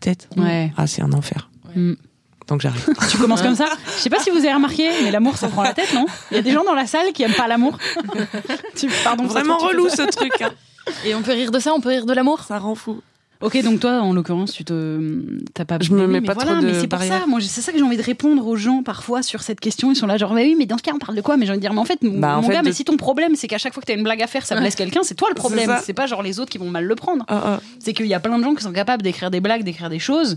Speaker 3: tête.
Speaker 1: Ouais.
Speaker 3: Ah, c'est un enfer.
Speaker 1: Mm.
Speaker 3: Donc (laughs) j'arrête.
Speaker 1: Tu commences comme ça. Je sais pas si vous avez remarqué, mais l'amour, ça prend la tête, non Il y a des gens dans la salle qui aiment pas l'amour. (laughs) tu, pardon. pour
Speaker 3: Vraiment
Speaker 1: toi, tu fais
Speaker 3: relou
Speaker 1: ça.
Speaker 3: ce truc. hein.
Speaker 2: Et on peut rire de ça, on peut rire de l'amour.
Speaker 3: Ça rend fou.
Speaker 1: Ok, donc toi, en l'occurrence, tu te, t'as pas.
Speaker 3: Je me
Speaker 1: Mais oui,
Speaker 3: mets
Speaker 1: mais
Speaker 3: pas
Speaker 1: voilà,
Speaker 3: trop de
Speaker 1: mais c'est pour ça.
Speaker 3: barrières.
Speaker 1: Moi, j'ai- c'est ça que j'ai envie de répondre aux gens parfois sur cette question. Ils sont là, genre, bah oui, mais dans ce cas, on parle de quoi Mais j'ai envie de dire, mais en fait, mon,
Speaker 3: Bah, en
Speaker 1: mon
Speaker 3: fait,
Speaker 1: gars,
Speaker 3: de-
Speaker 1: mais si ton problème, c'est qu'à chaque fois que t'as une blague à faire, ça blesse quelqu'un, c'est toi le
Speaker 3: C'est
Speaker 1: problème.
Speaker 3: ça.
Speaker 1: C'est pas genre les autres qui vont mal le prendre.
Speaker 3: Ah, ah.
Speaker 1: c'est qu'il y a plein de gens qui sont capables d'écrire des blagues, d'écrire des choses,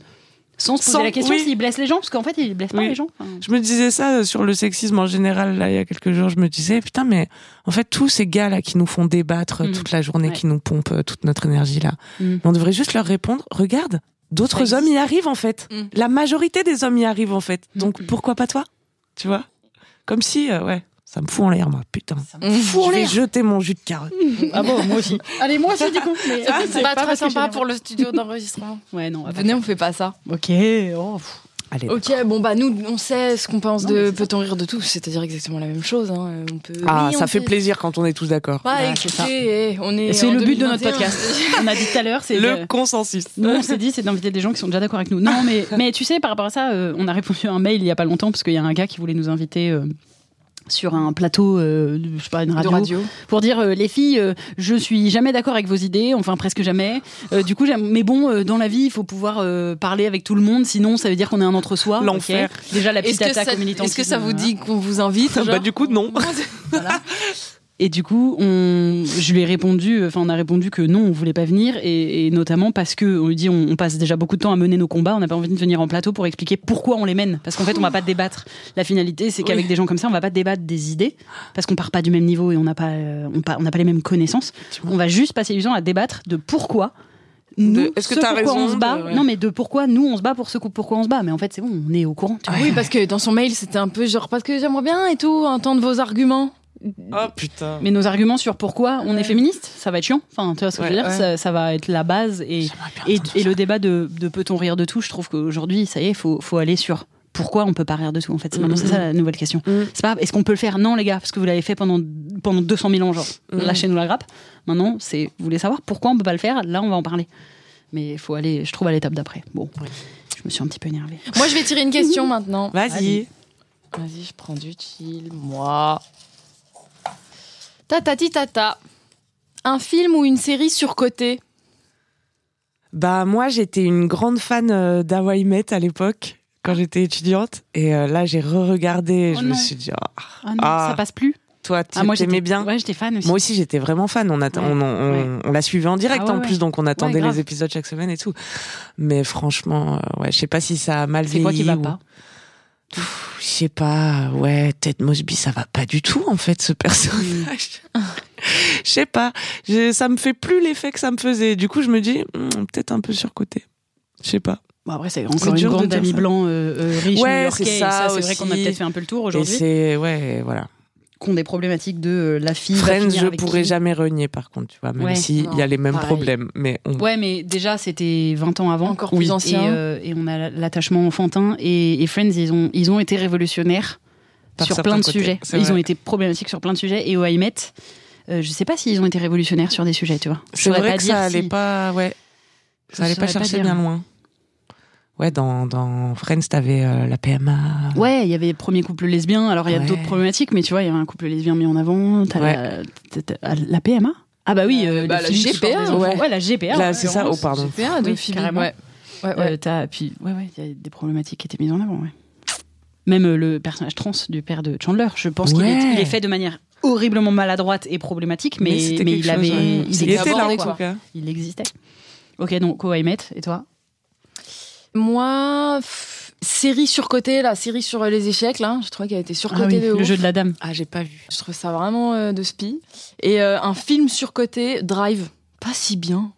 Speaker 1: sans se poser
Speaker 3: Sans-
Speaker 1: la question
Speaker 3: oui.
Speaker 1: s'ils blessent les gens, parce qu'en fait, ils blessent pas
Speaker 3: Oui.
Speaker 1: les gens. Enfin,
Speaker 3: Je me disais ça euh, sur le sexisme en général, là, il y a quelques jours, je me disais, putain, mais en fait, tous ces gars-là qui nous font débattre euh,
Speaker 1: Mm.
Speaker 3: toute la journée,
Speaker 1: Ouais.
Speaker 3: qui nous pompent euh, toute notre énergie, là,
Speaker 1: Mm. Bah,
Speaker 3: Mais on devrait juste leur répondre, regarde, d'autres
Speaker 1: Ça
Speaker 3: hommes y arrivent, en fait.
Speaker 2: Mm.
Speaker 3: La majorité des hommes y arrivent, en fait. Donc,
Speaker 1: Mm.
Speaker 3: pourquoi pas toi Tu vois Comme si, euh, ouais, ça me fout en l'air, moi, putain.
Speaker 2: Mhm.
Speaker 1: Fou en
Speaker 3: je vais
Speaker 1: l'air.
Speaker 3: jeter mon jus de carotte.
Speaker 1: Ah bon, moi aussi. (laughs) Allez, moi aussi, du coup. mais-
Speaker 2: Ça, C'est pas,
Speaker 1: parce
Speaker 2: très
Speaker 1: que
Speaker 2: sympa
Speaker 1: j'ai-
Speaker 2: pour le studio d'enregistrement.
Speaker 1: Ouais,
Speaker 3: (laughs)
Speaker 1: non. on va pas
Speaker 2: Venez, on fait pas ça.
Speaker 1: Ok. oh, pff.
Speaker 3: Allez,
Speaker 2: Ok, bon bah nous, on sait ce qu'on pense
Speaker 1: Non, mais
Speaker 2: de
Speaker 1: c'est ça.
Speaker 2: peut-on rire de tous, c'est-à-dire exactement la même chose. hein. Euh, On peut.
Speaker 3: Ah,
Speaker 2: Oui, on
Speaker 3: ça fait
Speaker 2: sait.
Speaker 3: plaisir quand on est tous d'accord.
Speaker 2: Ouais,
Speaker 1: Bah,
Speaker 2: écoutez,
Speaker 1: c'est ça.
Speaker 2: eh, on est.
Speaker 1: Et c'est
Speaker 2: en
Speaker 1: le but de notre
Speaker 2: 2021.
Speaker 1: podcast.
Speaker 2: (laughs)
Speaker 1: On a dit tout à l'heure, c'est.
Speaker 3: Le
Speaker 1: de-
Speaker 3: consensus.
Speaker 1: Nous, on s'est dit, c'est d'inviter des gens qui sont déjà d'accord avec nous. Non, mais, mais tu sais, par rapport à ça, euh, on a répondu à un mail il y a pas longtemps, parce qu'il y a un gars qui voulait nous inviter. euh, sur un plateau, euh, de- je sais pas, une
Speaker 2: De radio.
Speaker 1: pour dire euh, les filles, euh, je suis jamais d'accord avec vos idées, enfin presque jamais. Euh, du coup, j'aime- mais bon, euh, dans la vie, il faut pouvoir euh, parler avec tout le monde, sinon ça veut dire qu'on est un entre-soi.
Speaker 3: L'enfer.
Speaker 1: ok. Déjà la
Speaker 2: Est-ce
Speaker 1: petite
Speaker 2: que,
Speaker 1: attaque
Speaker 2: ça,
Speaker 1: au militantisme, euh,
Speaker 2: est-ce que ça vous
Speaker 1: voilà.
Speaker 2: dit qu'on vous invite
Speaker 3: Bah,
Speaker 2: genre
Speaker 3: du
Speaker 2: (laughs)
Speaker 3: coup, non.
Speaker 1: Voilà. Et du coup, on, je lui ai répondu, enfin, on a répondu que non, on voulait pas venir, et, et notamment parce que on lui dit, on, on passe déjà beaucoup de temps à mener nos combats, on n'a pas envie de venir en plateau pour expliquer pourquoi on les mène, parce qu'en fait, on va pas débattre. La finalité, c'est qu'avec des gens comme ça, on va pas débattre des idées, parce qu'on part pas du même niveau et on n'a pas, euh, on pas- on n'a pas les mêmes connaissances. On va juste passer du temps à débattre de pourquoi. Nous,
Speaker 3: De- est-ce que
Speaker 1: ce
Speaker 3: t'as
Speaker 1: pourquoi
Speaker 3: raison
Speaker 1: on se bat
Speaker 3: de- ouais.
Speaker 1: Non, mais de pourquoi nous on se bat pour ce coup, pourquoi on se bat Mais en fait, c'est bon, on est au courant. tu vois.
Speaker 2: Oui, parce que dans son mail, c'était un peu genre parce que j'aimerais bien et tout entendre vos arguments.
Speaker 3: Oh putain.
Speaker 1: Mais nos arguments sur pourquoi on est féministe, ça va être chiant. Enfin, tu vois ce que je veux
Speaker 3: Ouais,
Speaker 1: dire
Speaker 2: ouais.
Speaker 1: ça, ça va être la base. Et,
Speaker 3: J'aimerais bien
Speaker 1: et,
Speaker 3: entendre
Speaker 1: et
Speaker 3: ça.
Speaker 1: le débat de, de peut-on rire de tout, je trouve qu'aujourd'hui, ça y est, faut, faut aller sur pourquoi on peut pas rire de tout. En fait, c'est maintenant, c'est ça la nouvelle question.
Speaker 3: Mhm.
Speaker 1: C'est pas est-ce qu'on peut le faire Non, les gars, parce que vous l'avez fait pendant, pendant 200 000 ans, genre.
Speaker 3: Mhm.
Speaker 1: Lâchez-nous la grappe. Maintenant, c'est vous voulez savoir pourquoi on peut pas le faire Là, on va en parler. Mais il faut aller, je trouve, à l'étape d'après. Bon,
Speaker 3: Ouais.
Speaker 1: je me suis un petit peu énervée.
Speaker 2: Moi, je vais tirer une question maintenant.
Speaker 3: Vas-y.
Speaker 2: Vas-y, je prends du chill, moi. Tata tata. Un film ou une série surcotée
Speaker 3: Bah moi j'étais une grande fan euh, d'Hawaii Met à l'époque quand j'étais étudiante et euh, là j'ai re-regardé et
Speaker 1: Oh
Speaker 3: je me
Speaker 1: non.
Speaker 3: suis dit ah,
Speaker 1: Ah non,
Speaker 3: Ah.
Speaker 1: ça passe plus
Speaker 3: Toi, tu
Speaker 1: Ah, moi,
Speaker 3: t'aimais
Speaker 1: j'étais-
Speaker 3: bien.
Speaker 1: Ouais, j'étais fan aussi.
Speaker 3: Moi aussi, j'étais vraiment fan. On, atte-
Speaker 1: Ouais,
Speaker 3: on, on-
Speaker 1: ouais.
Speaker 3: on la suivait en direct
Speaker 1: Ah ouais,
Speaker 3: en plus,
Speaker 1: ouais.
Speaker 3: donc on attendait
Speaker 1: grave.
Speaker 3: les épisodes chaque semaine et tout. Mais franchement, euh, ouais, je sais pas si ça a mal
Speaker 1: c'est quoi qui va
Speaker 3: vieilli ou-
Speaker 1: pas
Speaker 3: Je sais pas. Ouais, Ted Mosby, ça va pas du tout en fait ce
Speaker 1: (laughs) Mm.
Speaker 3: personnage. Je sais pas. Je- Ça me fait plus l'effet que ça me faisait. Du coup, je me dis hmm, peut-être un peu surcoté. Je sais pas.
Speaker 1: Bon, après, c'est
Speaker 3: C'est
Speaker 1: encore une
Speaker 3: dur de
Speaker 1: grande
Speaker 3: dire
Speaker 1: ami
Speaker 3: ça.
Speaker 1: blanc euh, euh, riche
Speaker 3: Ouais,
Speaker 1: new-yorkais.
Speaker 3: c'est
Speaker 1: et
Speaker 3: ça
Speaker 1: c'est vrai
Speaker 3: aussi.
Speaker 1: qu'on a peut-être fait un peu le tour
Speaker 3: Et
Speaker 1: aujourd'hui.
Speaker 3: c'est ouais, voilà.
Speaker 1: Qu'on des problématiques de euh, la fille. va
Speaker 3: Friends,
Speaker 1: finir
Speaker 3: je
Speaker 1: avec
Speaker 3: pourrais
Speaker 1: qui.
Speaker 3: jamais renier par contre, tu vois, même
Speaker 1: Ouais,
Speaker 3: si il y
Speaker 2: non,
Speaker 3: a les mêmes
Speaker 2: pareil.
Speaker 3: problèmes, mais on
Speaker 1: Ouais, mais déjà, c'était 20 ans avant.
Speaker 2: Encore
Speaker 3: Oui.
Speaker 2: plus
Speaker 1: Et,
Speaker 2: ancien.
Speaker 1: euh, et on a l'attachement enfantin. Et, et Friends, ils ont, ils ont été révolutionnaires
Speaker 3: Par
Speaker 1: sur
Speaker 3: certains
Speaker 1: plein de
Speaker 3: côtés,
Speaker 1: sujets.
Speaker 3: c'est
Speaker 1: Ils
Speaker 3: vrai.
Speaker 1: ont été problématiques sur plein de sujets. Et au IMET, euh, je sais pas s'ils ont été révolutionnaires sur des sujets, tu vois. Je
Speaker 3: C'est
Speaker 1: saurais
Speaker 3: vrai
Speaker 1: pas
Speaker 3: que
Speaker 1: dire
Speaker 3: ça allait
Speaker 1: si.
Speaker 3: pas, ouais, ça allait
Speaker 1: saurais
Speaker 3: pas
Speaker 1: pas
Speaker 3: chercher
Speaker 1: dire.
Speaker 3: bien loin. Ouais, dans, dans Friends, t'avais euh, la PMA.
Speaker 1: Ouais, il y avait premier couple lesbien. Alors, il y a
Speaker 3: Ouais.
Speaker 1: d'autres problématiques, mais tu vois, il y avait un couple lesbien mis en avant. T'as
Speaker 3: Ouais.
Speaker 1: la, t'as- t'as la PMA Ah, bah oui,
Speaker 2: Euh,
Speaker 1: euh,
Speaker 2: bah,
Speaker 1: le
Speaker 2: la
Speaker 1: film qui
Speaker 2: GPA,
Speaker 1: sort des enfants.
Speaker 3: ouais.
Speaker 1: Ouais, la GPA.
Speaker 3: Là,
Speaker 1: ouais,
Speaker 3: c'est ça.
Speaker 1: vraiment,
Speaker 3: Oh, pardon.
Speaker 2: J'ai fait un de
Speaker 1: Oui,
Speaker 2: Phoebe,
Speaker 1: carrément.
Speaker 2: ouais. Ouais, ouais.
Speaker 1: Euh, t'as- puis, ouais, ouais, il y a des problématiques qui étaient mises en avant. ouais. Même euh, le personnage trans du père de Chandler, je pense qu'il
Speaker 3: Ouais.
Speaker 1: est, il est fait de manière horriblement maladroite et problématique, mais,
Speaker 3: c'était
Speaker 1: mais
Speaker 3: quelque
Speaker 1: il
Speaker 3: chose,
Speaker 1: avait,
Speaker 3: ouais.
Speaker 1: il,
Speaker 3: il était
Speaker 1: existait,
Speaker 3: là en
Speaker 1: quoi.
Speaker 3: tout cas.
Speaker 1: Il existait. Ok, donc How I Met, et toi
Speaker 2: Moi, pff, série surcotée, la série sur euh, les échecs, là, je trouvais qu'elle était surcotée de
Speaker 1: Ah le
Speaker 2: ouf.
Speaker 1: jeu de la dame.
Speaker 3: Ah, j'ai pas vu.
Speaker 2: Je trouve ça vraiment euh, de spi. Et euh, un film surcoté, Drive, pas si bien.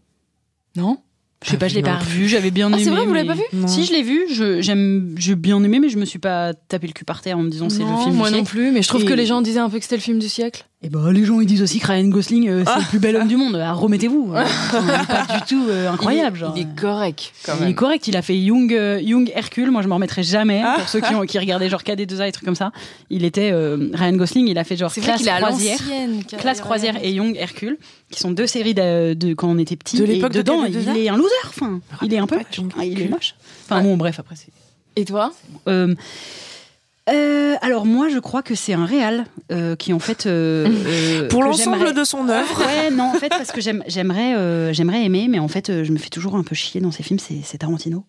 Speaker 2: Ah, Non
Speaker 1: Je sais
Speaker 3: Pas
Speaker 1: pas, je l'ai
Speaker 3: vu non
Speaker 1: pas revu, j'avais bien
Speaker 2: Ah,
Speaker 1: aimé.
Speaker 2: c'est vrai, vous l'avez
Speaker 1: mais-
Speaker 2: pas vu
Speaker 3: Non.
Speaker 1: Si, je l'ai vu, je- j'aime, j'ai bien aimé, mais je me suis pas tapé le cul par terre en me disant c'est le film
Speaker 2: moi
Speaker 1: du
Speaker 2: non
Speaker 1: siècle.
Speaker 2: plus, mais je trouve
Speaker 1: Et-
Speaker 2: que les gens disaient un peu que c'était le film du siècle.
Speaker 1: Et ben, les gens, ils disent aussi que Ryan Gosling, euh,
Speaker 2: (laughs)
Speaker 1: c'est le plus bel homme du monde. Ah, remettez-vous. Euh, il est pas du tout euh, incroyable.
Speaker 2: Il,
Speaker 1: genre.
Speaker 2: est correct, quand
Speaker 1: Il est
Speaker 2: même.
Speaker 1: correct, il a fait Young, euh, Young Hercule, moi je m'en remettrai jamais,
Speaker 3: Ah.
Speaker 1: pour ceux qui, ont, qui regardaient genre KD2A et trucs comme ça. Il était euh, Ryan Gosling, il a fait genre
Speaker 2: C'est vrai
Speaker 1: Classe
Speaker 2: qu'il est à
Speaker 1: Croisière.
Speaker 2: l'ancienne. qu'il a-
Speaker 1: Classe Croisière et Young Hercule, qui sont deux séries d'a- de, quand on était petit.
Speaker 3: De l'époque
Speaker 1: et
Speaker 3: de
Speaker 1: dedans,
Speaker 3: KD2A?
Speaker 1: il est un loser, enfin, il est un peu.
Speaker 3: pas de Young
Speaker 1: Ah, il est
Speaker 3: Hercule.
Speaker 1: moche. Enfin bon, bref, après c'est.
Speaker 2: Et toi
Speaker 1: Euh, euh, alors moi je crois que c'est un réal euh, qui en fait
Speaker 3: (laughs)
Speaker 1: euh, euh,
Speaker 3: Pour
Speaker 1: que
Speaker 3: l'ensemble
Speaker 1: j'aimerais-
Speaker 3: de son œuvre.
Speaker 1: Ouais, non, en fait, parce que j'aime- j'aimerais euh, j'aimerais aimer, mais en fait, euh, je me fais toujours un peu chier dans ces films, c'est c'est Tarantino.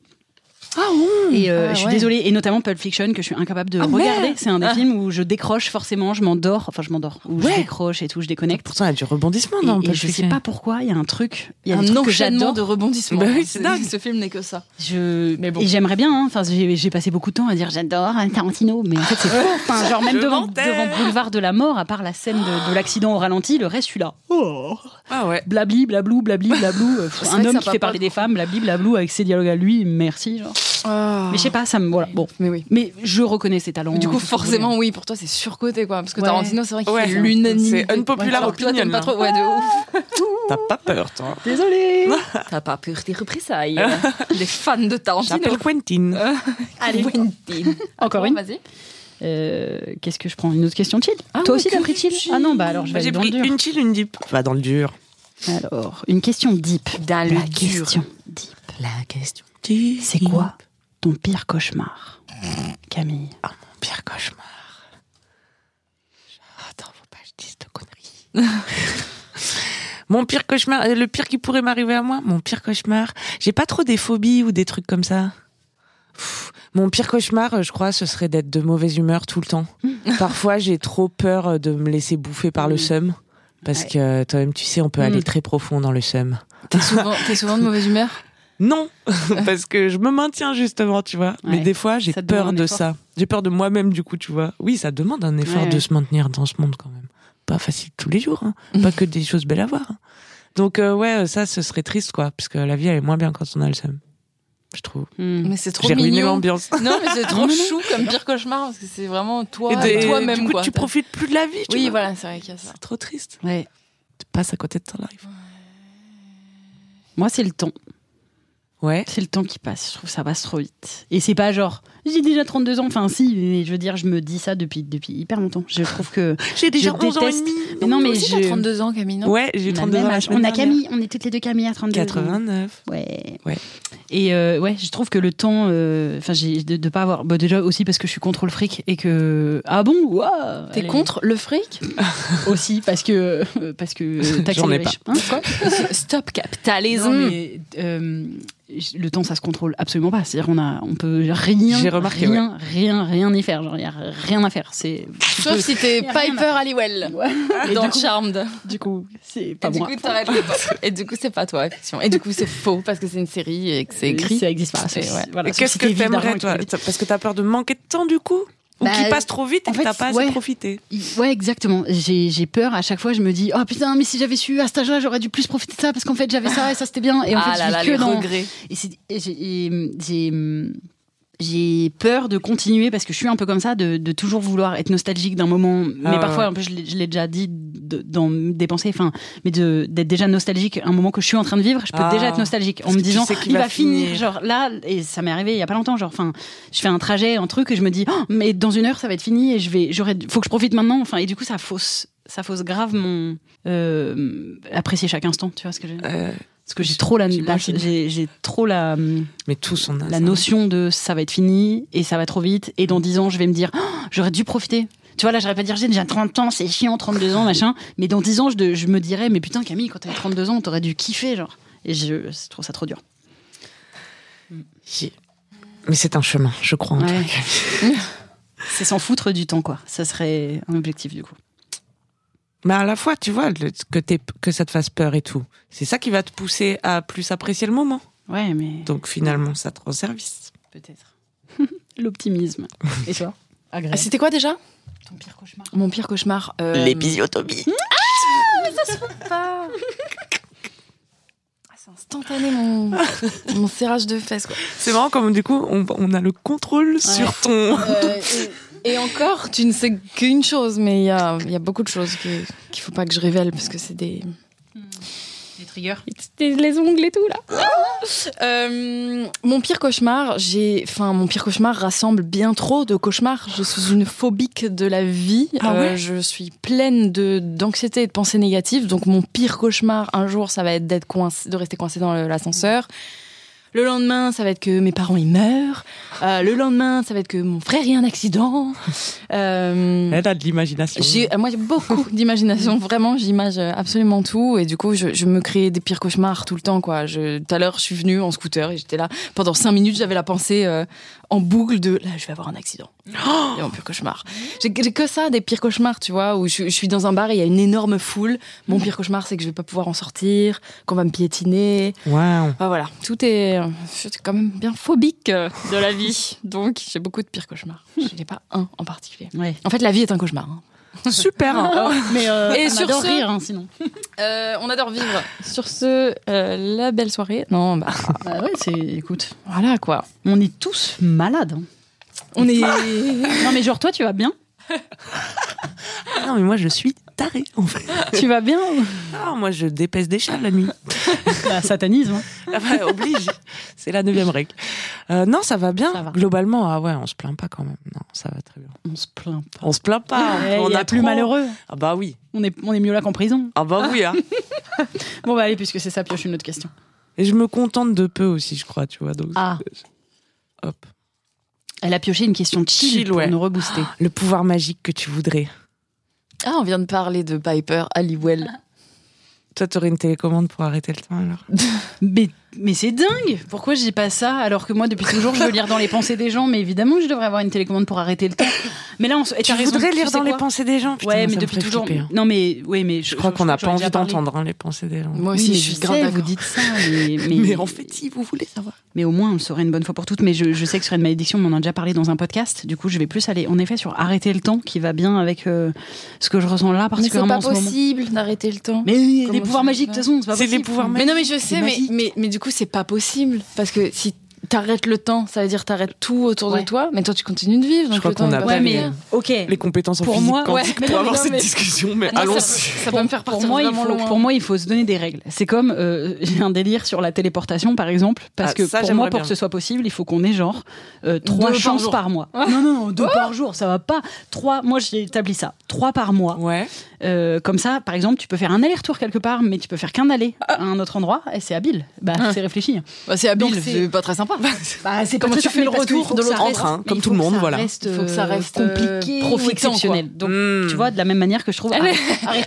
Speaker 3: Ah bon
Speaker 1: Et euh,
Speaker 2: Ah,
Speaker 1: je suis
Speaker 2: ouais. Ah,
Speaker 1: désolée, et notamment Pulp Fiction, que je suis incapable de regarder. C'est un des films où je décroche forcément, je m'endors, enfin je m'endors, où
Speaker 3: Ouais.
Speaker 1: je décroche et tout, je déconnecte.
Speaker 3: Pourtant, il y a du rebondissement
Speaker 1: Et,
Speaker 3: dans
Speaker 1: et
Speaker 3: Pulp
Speaker 1: je
Speaker 3: Fiction.
Speaker 1: sais pas pourquoi, il y a un truc, il y a des
Speaker 2: un
Speaker 1: trucs que
Speaker 2: enchaînement
Speaker 1: j'adore.
Speaker 2: de rebondissements.
Speaker 3: Bah oui, c'est dingue.
Speaker 2: Ce film n'est que ça.
Speaker 1: Je...
Speaker 2: Mais bon.
Speaker 1: Et j'aimerais bien, hein. enfin, j'ai j'ai passé beaucoup de temps à dire j'adore hein, Tarantino, mais en
Speaker 2: (laughs)
Speaker 1: fait c'est faux. Enfin, genre même
Speaker 3: Je
Speaker 1: devant,
Speaker 3: mentais.
Speaker 1: devant Boulevard de la Mort, à part la scène de, de l'accident au ralenti, le reste je suis là. Oh.
Speaker 3: Ah ouais.
Speaker 1: Blabli, blablou, blabli,
Speaker 2: (laughs)
Speaker 1: blablou. euh,
Speaker 2: C'est vrai
Speaker 1: un
Speaker 2: que
Speaker 1: homme
Speaker 2: ça
Speaker 1: qui
Speaker 2: va
Speaker 1: fait
Speaker 2: pas
Speaker 1: parler
Speaker 2: trop. Ah.
Speaker 1: des femmes, blabli, blablou, avec ses dialogues à lui, merci. Genre. Mais je sais pas, ça me. Voilà, bon.
Speaker 2: Mais oui.
Speaker 1: Mais je reconnais ses talents. hein,
Speaker 2: Mais Du
Speaker 1: tout
Speaker 2: coup,
Speaker 1: ce que vous voulez.
Speaker 2: forcément, oui, pour toi, c'est surcoté, quoi. Parce que
Speaker 1: Ouais.
Speaker 2: Tarantino, c'est vrai qu'il
Speaker 3: Ouais.
Speaker 2: fait l'unanimité.
Speaker 3: C'est unpopular
Speaker 2: Alors que Toi,
Speaker 3: opinion,
Speaker 2: t'aimes pas
Speaker 3: hein.
Speaker 2: trop. Ouais, de
Speaker 3: (laughs)
Speaker 2: ouf.
Speaker 3: T'as pas peur, toi.
Speaker 1: Désolée
Speaker 2: T'as pas peur des représailles. (laughs) Les fans de Tarantino.
Speaker 3: J'appelle Quentin.
Speaker 1: Bah, Allez,
Speaker 2: Quentin.
Speaker 1: (laughs) encore une.
Speaker 2: Vas-y.
Speaker 1: Euh, Qu'est-ce que je prends Une autre question de chill
Speaker 2: Ah
Speaker 1: Toi
Speaker 2: ouais,
Speaker 1: aussi, t'as
Speaker 2: que
Speaker 1: pris
Speaker 2: du
Speaker 1: chill
Speaker 2: chill.
Speaker 1: Ah non, bah alors je vais aller
Speaker 3: J'ai
Speaker 1: dans le
Speaker 3: pris
Speaker 1: dur.
Speaker 3: une chill, une deep. Va dans le dur.
Speaker 1: Alors, une question deep.
Speaker 2: Dans
Speaker 1: La question deep.
Speaker 3: La question.
Speaker 1: C'est quoi ton pire cauchemar Camille.
Speaker 3: Mon pire cauchemar. Attends, faut pas que je dise de conneries.
Speaker 1: (laughs)
Speaker 3: Mon pire cauchemar, euh, le pire qui pourrait m'arriver à moi, mon pire cauchemar. J'ai pas trop des phobies ou des trucs comme ça. Pff, Mon pire cauchemar, euh, je crois, ce serait d'être de mauvaise humeur tout
Speaker 1: (laughs)
Speaker 3: le temps. Parfois, j'ai trop peur euh, de me laisser bouffer par le
Speaker 1: Mm.
Speaker 3: seum. Parce
Speaker 1: Ouais.
Speaker 3: que toi-même, tu sais, on peut
Speaker 1: Mm.
Speaker 3: aller très profond dans le seum.
Speaker 2: T'es souvent, t'es souvent de mauvaise
Speaker 3: (laughs)
Speaker 2: humeur
Speaker 3: Non, parce que je me maintiens justement, tu vois. Mais
Speaker 1: Ouais.
Speaker 3: des fois, j'ai
Speaker 1: Ça te demande
Speaker 3: peur
Speaker 1: un
Speaker 3: de
Speaker 1: effort.
Speaker 3: ça. J'ai peur de moi-même, du coup, tu vois. Oui, ça demande un effort
Speaker 1: Ouais,
Speaker 3: de
Speaker 1: ouais.
Speaker 3: se maintenir dans ce monde quand même. Pas facile tous les jours, hein. pas que des choses belles à voir. hein. Donc euh, ouais, ça, ce serait triste, quoi, parce que la vie elle est moins bien quand on a le seum. Je trouve.
Speaker 1: Hmm.
Speaker 2: Mais c'est trop
Speaker 3: J'ai ruiné
Speaker 2: mignon.
Speaker 3: l'ambiance.
Speaker 2: Non, mais c'est trop
Speaker 1: Non, non,
Speaker 2: chou comme pire cauchemar parce que c'est vraiment toi,
Speaker 3: Et des- du
Speaker 2: bah, toi-même,
Speaker 3: coup,
Speaker 2: quoi.
Speaker 3: tu profites plus de la vie. Tu
Speaker 2: Oui,
Speaker 3: vois.
Speaker 2: voilà, c'est vrai qu'il y a ça.
Speaker 3: C'est trop triste.
Speaker 1: Ouais.
Speaker 3: Tu passes à côté de ton life.
Speaker 1: Moi, c'est le temps.
Speaker 3: Ouais.
Speaker 1: C'est le temps qui passe, je trouve ça passe trop vite. Et c'est pas genre, j'ai déjà 32 ans, enfin si, mais je veux dire, je me dis ça depuis, depuis hyper longtemps. Je trouve
Speaker 2: (laughs)
Speaker 1: que.
Speaker 3: J'ai déjà 11 ans et
Speaker 1: déteste.
Speaker 3: demi.
Speaker 1: Mais non, mais
Speaker 2: Aussi, t'as
Speaker 1: je-
Speaker 2: 32 ans, Camille, non
Speaker 3: Ouais, j'ai eu
Speaker 1: on a
Speaker 3: 32
Speaker 1: le
Speaker 3: ans.
Speaker 1: même
Speaker 3: la
Speaker 1: âge.
Speaker 3: semaine
Speaker 1: On a
Speaker 3: dernière.
Speaker 1: Camille, on est toutes les deux Camille à 32
Speaker 3: 89.
Speaker 1: Ouais.
Speaker 3: Ouais.
Speaker 1: Et euh, ouais, je trouve que le temps, euh, enfin, j'ai de, de pas avoir. Bah, déjà aussi parce que je suis contre le fric et que. Ah bon ouah,
Speaker 2: T'es
Speaker 1: allez.
Speaker 2: contre le fric
Speaker 1: (laughs) Aussi parce que.
Speaker 3: (laughs)
Speaker 1: euh, parce que. euh, taxer
Speaker 2: (laughs)
Speaker 3: J'en ai
Speaker 1: les riches. Hein, quoi
Speaker 2: Stop capitalisme.
Speaker 1: Non, mais, euh, le temps, ça se contrôle absolument pas. C'est-à-dire, on a, on peut rien,
Speaker 3: J'ai remarqué,
Speaker 1: rien, rien, rien y faire. Genre, y a rien à faire. C'est tu
Speaker 2: Sauf
Speaker 1: peux-
Speaker 2: si t'es
Speaker 1: Y a rien
Speaker 2: Piper Halliwell
Speaker 1: Et
Speaker 2: dans
Speaker 1: du coup-
Speaker 2: Charmed.
Speaker 1: du coup, c'est
Speaker 2: Et
Speaker 1: pas
Speaker 2: du
Speaker 1: moi.
Speaker 2: coup, t'arrêtes le temps. Et du coup, c'est pas toi, effectivement. Et du coup, c'est faux parce que c'est une série et que c'est écrit.
Speaker 1: Ça existe pas.
Speaker 2: Et
Speaker 1: sauf si-
Speaker 2: ouais.
Speaker 1: voilà,
Speaker 3: Et
Speaker 1: sauf
Speaker 3: qu'est-ce
Speaker 1: si
Speaker 3: que
Speaker 1: t'es évidemment
Speaker 3: t'aimerais,
Speaker 1: et
Speaker 3: toi
Speaker 1: que-
Speaker 3: T'as- Parce que t'as peur de manquer de temps, du coup Ou
Speaker 1: Bah,
Speaker 3: qu'il passe trop vite
Speaker 1: en
Speaker 3: et que
Speaker 1: fait,
Speaker 3: t'as pas assez
Speaker 1: ouais.
Speaker 3: profité
Speaker 1: Ouais, exactement. J'ai j'ai peur à chaque fois. Je me dis, oh putain, mais si j'avais su à cet âge-là, j'aurais dû plus profiter de ça parce qu'en fait, j'avais ça et ça, c'était bien. Et en
Speaker 2: ah
Speaker 1: fait,
Speaker 2: là
Speaker 1: je
Speaker 2: là,
Speaker 1: vis que
Speaker 2: les
Speaker 1: dans.
Speaker 2: regrets.
Speaker 1: Et c'est- et j'ai- et, hum, j'ai j'ai peur de continuer parce que je suis un peu comme ça, de, de toujours vouloir être nostalgique d'un moment. Mais
Speaker 3: Ah ouais,
Speaker 1: parfois,
Speaker 3: ouais.
Speaker 1: un peu, je l'ai je l'ai déjà dit de- dans des pensées, enfin, mais de- d'être déjà nostalgique un moment que je suis en train de vivre, je peux
Speaker 3: Ah.
Speaker 1: déjà être nostalgique en
Speaker 3: Parce
Speaker 1: me
Speaker 3: que tu
Speaker 1: disant, oh,
Speaker 3: sais qu'il
Speaker 1: il
Speaker 3: va
Speaker 1: va finir.
Speaker 3: finir.
Speaker 1: Genre là, et ça m'est arrivé il y a pas longtemps, genre, enfin, je fais un trajet, un truc, et je me dis, Oh, mais dans une heure, ça va être fini, et je vais, j'aurais, faut que je profite maintenant. Enfin, et du coup, ça fausse, ça fausse grave mon euh, apprécier chaque instant. Tu vois ce que je veux dire
Speaker 3: Euh,
Speaker 1: parce que j'ai trop la, la-
Speaker 3: J'imagine.
Speaker 1: j'ai j'ai trop la,
Speaker 3: Mais tous, on a
Speaker 1: la
Speaker 3: ça.
Speaker 1: notion de ça va être fini et ça va trop vite et dans 10 ans je vais me dire Oh, j'aurais dû profiter. Tu vois là j'aurais pas dire j'ai déjà 30 ans, c'est chiant 32 ans machin, mais dans 10 ans je, de- je me dirais mais putain Camille quand t'avais 32 ans t'aurais dû kiffer genre. Et je, je trouve ça trop dur.
Speaker 3: J'y- Mais c'est un chemin, je crois. en toi.
Speaker 1: Ouais. c'est s'en foutre du temps quoi. Ça serait un objectif du coup.
Speaker 3: Mais à la fois, tu vois, le- que, t'aies- que ça te fasse peur et tout, c'est ça qui va te pousser à plus apprécier le moment.
Speaker 1: Ouais mais
Speaker 3: Donc finalement, ça te rend service.
Speaker 1: peut-être. (laughs) L'optimisme. Et toi
Speaker 2: Ah,
Speaker 1: Agréable.
Speaker 2: C'était quoi déjà
Speaker 1: ton pire cauchemar.
Speaker 2: Mon pire cauchemar. euh, Ah,
Speaker 3: L'épisiotomie.
Speaker 2: pas. Ah, C'est instantané mon... mon serrage de fesses. Quoi.
Speaker 3: C'est marrant comme du coup, on, on a le contrôle sur ton.
Speaker 2: Euh, et, et encore, tu ne sais qu'une chose, mais il y a, il y a beaucoup de choses que- qu'il faut pas que je révèle parce que c'est des.
Speaker 1: Les triggers.
Speaker 2: C'était les ongles et tout là. Euh, mon pire cauchemar, j'ai, enfin mon pire cauchemar rassemble bien trop de cauchemars. Je suis une phobique de la vie. Euh,
Speaker 3: Ah ouais
Speaker 2: je suis pleine de d'anxiété et de pensées négatives. Donc mon pire cauchemar un jour, ça va être d'être coincé, de rester coincé dans le- l'ascenseur. Le lendemain, ça va être que mes parents ils meurent. Euh, le lendemain, ça va être que mon frère ait un accident. Euh,
Speaker 1: Mm.
Speaker 3: Elle a de l'imagination.
Speaker 2: j'ai, euh, moi, j'ai beaucoup d'imagination. Vraiment, j'image euh, absolument tout. Et du coup, je, je me crée des pires cauchemars tout le temps, quoi. Je, tout à l'heure, je suis venue en scooter et j'étais là. Pendant cinq minutes, j'avais la pensée euh, en boucle de là, je vais avoir un accident. Et mon pire cauchemar. J'ai, j'ai que ça, des pires cauchemars, tu vois, où je, je suis dans un bar et il y a une énorme foule. Mon pire cauchemar, c'est que je vais pas pouvoir en sortir, qu'on va me piétiner.
Speaker 3: Waouh.
Speaker 2: Enfin, voilà. Tout est. Je suis quand même bien phobique euh, de la vie. Donc, j'ai beaucoup de pires cauchemars. Je n'ai pas un en particulier.
Speaker 1: Ouais.
Speaker 2: En fait, la vie est un cauchemar. hein.
Speaker 1: (laughs)
Speaker 3: Super. hein.
Speaker 1: Mais euh,
Speaker 2: Et
Speaker 1: on
Speaker 2: sur
Speaker 1: adore
Speaker 2: ce-
Speaker 1: rire hein, sinon.
Speaker 2: Euh, on adore vivre. Sur ce, euh, la belle soirée. Non, bah
Speaker 1: Bah ouais, c'est écoute,
Speaker 2: voilà quoi.
Speaker 1: on est tous malades. hein.
Speaker 2: (laughs) On est.
Speaker 1: Non mais genre toi tu vas bien
Speaker 3: Non, mais moi, je suis tarée, en fait.
Speaker 1: Tu vas bien ou-
Speaker 3: Ah, moi, je dépèse des chats la nuit.
Speaker 1: (laughs) Bah, Satanisme. hein.
Speaker 3: Ah bah, oblige. C'est la neuvième règle. Euh, non, ça va bien.
Speaker 1: Ça va.
Speaker 3: Globalement, ah ouais, on se plaint pas quand même. Non, ça va très bien.
Speaker 1: On se plaint pas.
Speaker 3: On se plaint pas.
Speaker 1: Ouais,
Speaker 3: on
Speaker 1: y Ah, a plus
Speaker 3: trop.
Speaker 1: malheureux.
Speaker 3: Ah bah oui.
Speaker 1: On est, on est mieux là qu'en prison.
Speaker 3: Ah bah oui. Hein.
Speaker 1: Bon bah allez puisque c'est ça pioche une autre question.
Speaker 3: (laughs) Et je me contente de peu aussi, je crois, tu vois. Donc,
Speaker 1: Ah.
Speaker 3: Hop.
Speaker 1: Elle a pioché une question chill, Ah.
Speaker 3: Chill,
Speaker 1: pour
Speaker 3: ouais.
Speaker 1: nous rebooster.
Speaker 3: Le pouvoir magique que tu voudrais.
Speaker 2: Ah, on vient de parler de Piper Halliwell.
Speaker 3: Toi, t'aurais une télécommande pour arrêter le temps alors
Speaker 1: Mais, mais c'est dingue Pourquoi j'ai pas ça alors que moi depuis toujours je veux lire dans les pensées des gens mais évidemment que je devrais avoir une télécommande pour arrêter le temps. Mais là on se... et
Speaker 3: Tu
Speaker 1: t'as raison,
Speaker 3: voudrais lire
Speaker 1: sais
Speaker 3: dans les
Speaker 1: quoi
Speaker 3: pensées des gens putain,
Speaker 1: Ouais mais
Speaker 3: ça me
Speaker 1: depuis
Speaker 3: fait
Speaker 1: toujours.
Speaker 3: flipper, hein.
Speaker 1: Non mais oui mais
Speaker 3: Je crois qu'on n'a
Speaker 1: j'en
Speaker 3: pas
Speaker 1: ai
Speaker 3: envie
Speaker 1: déjà parlé.
Speaker 3: d'entendre hein, les pensées des gens.
Speaker 2: Moi
Speaker 1: Oui,
Speaker 2: aussi,
Speaker 1: mais
Speaker 2: je suis
Speaker 1: sais,
Speaker 2: grave
Speaker 1: vous
Speaker 2: d'accord.
Speaker 1: dites ça, mais, mais-
Speaker 3: Mais en fait, si vous voulez savoir.
Speaker 1: Mais au moins, on le saurait une bonne fois pour toutes. Mais je, je sais que sur une malédiction, on en a déjà parlé dans un podcast. Du coup, je vais plus aller, en effet, sur arrêter le temps, qui va bien avec euh, ce que je ressens là,
Speaker 2: Mais c'est
Speaker 1: particulièrement
Speaker 2: pas
Speaker 1: en ce moment.
Speaker 2: possible d'arrêter le temps.
Speaker 1: Mais oui, les
Speaker 2: Comment
Speaker 1: pouvoirs
Speaker 2: tu
Speaker 1: magiques, de
Speaker 2: fais
Speaker 1: toute façon, c'est pas
Speaker 3: C'est
Speaker 1: possible.
Speaker 3: les pouvoirs
Speaker 2: Mais
Speaker 3: magiques.
Speaker 2: non, mais je sais, mais,
Speaker 3: magique.
Speaker 2: mais, mais du coup, c'est pas possible. Parce que si t'arrêtes le temps, ça veut dire t'arrêtes tout autour
Speaker 1: Ouais.
Speaker 2: de toi, mais toi, tu continues de vivre. Donc
Speaker 3: crois
Speaker 2: le temps
Speaker 3: qu'on
Speaker 2: est
Speaker 3: a
Speaker 2: pas
Speaker 3: pas
Speaker 1: Ouais,
Speaker 2: fini.
Speaker 1: mais
Speaker 3: les-
Speaker 1: ok.
Speaker 3: Les compétences en
Speaker 1: Pour
Speaker 3: physique
Speaker 1: moi,
Speaker 3: quantique
Speaker 2: ouais. Mais
Speaker 3: pour
Speaker 2: non,
Speaker 3: avoir
Speaker 2: mais non,
Speaker 3: cette
Speaker 2: mais-
Speaker 3: discussion, mais
Speaker 2: Ah non, ça
Speaker 3: allons
Speaker 2: peut- Ça va me faire
Speaker 1: Pour
Speaker 2: partir
Speaker 1: moi, il
Speaker 2: vraiment
Speaker 1: faut,
Speaker 2: loin.
Speaker 1: pour moi, il faut se donner des règles. C'est comme euh, (laughs) j'ai un délire sur la téléportation, par exemple, parce
Speaker 3: Ah,
Speaker 1: que
Speaker 3: ça,
Speaker 1: pour
Speaker 3: j'aimerais
Speaker 1: moi, pour
Speaker 3: bien.
Speaker 1: que ce soit possible, il faut qu'on ait genre euh, trois
Speaker 2: par
Speaker 1: chances
Speaker 2: jour.
Speaker 1: par, mois.
Speaker 3: Ah.
Speaker 1: Non, non, non,
Speaker 3: Oh.
Speaker 1: deux par jour, ça va pas. Trois, moi, j'ai établi ça. Trois par mois.
Speaker 3: Ouais.
Speaker 1: Euh, comme ça, par exemple, tu peux faire un aller-retour quelque Ah. part, mais tu peux faire qu'un aller à un autre endroit, et c'est habile. Bah, c'est réfléchi.
Speaker 2: Bah, c'est
Speaker 1: Donc,
Speaker 2: habile,
Speaker 1: c'est-
Speaker 2: (laughs) c'est pas très sympa.
Speaker 1: Bah, c'est
Speaker 2: Comment
Speaker 1: très
Speaker 2: tu
Speaker 1: simple,
Speaker 2: fais
Speaker 1: mais
Speaker 2: le
Speaker 1: parce qu'il
Speaker 2: retour
Speaker 1: faut
Speaker 2: de
Speaker 1: que ça
Speaker 2: l'autre en
Speaker 1: reste-
Speaker 3: train,
Speaker 1: mais
Speaker 3: comme
Speaker 1: il
Speaker 3: tout
Speaker 1: faut
Speaker 3: le
Speaker 1: que
Speaker 3: monde,
Speaker 1: ça
Speaker 3: voilà.
Speaker 1: reste,
Speaker 2: Il faut que ça
Speaker 1: euh,
Speaker 2: reste, euh,
Speaker 1: compliqué ou Ah,
Speaker 2: profitant,
Speaker 1: exceptionnel.
Speaker 2: quoi.
Speaker 1: Donc,
Speaker 3: Mm.
Speaker 1: tu vois, de la même manière que je trouve.
Speaker 2: Elle,
Speaker 1: arrête-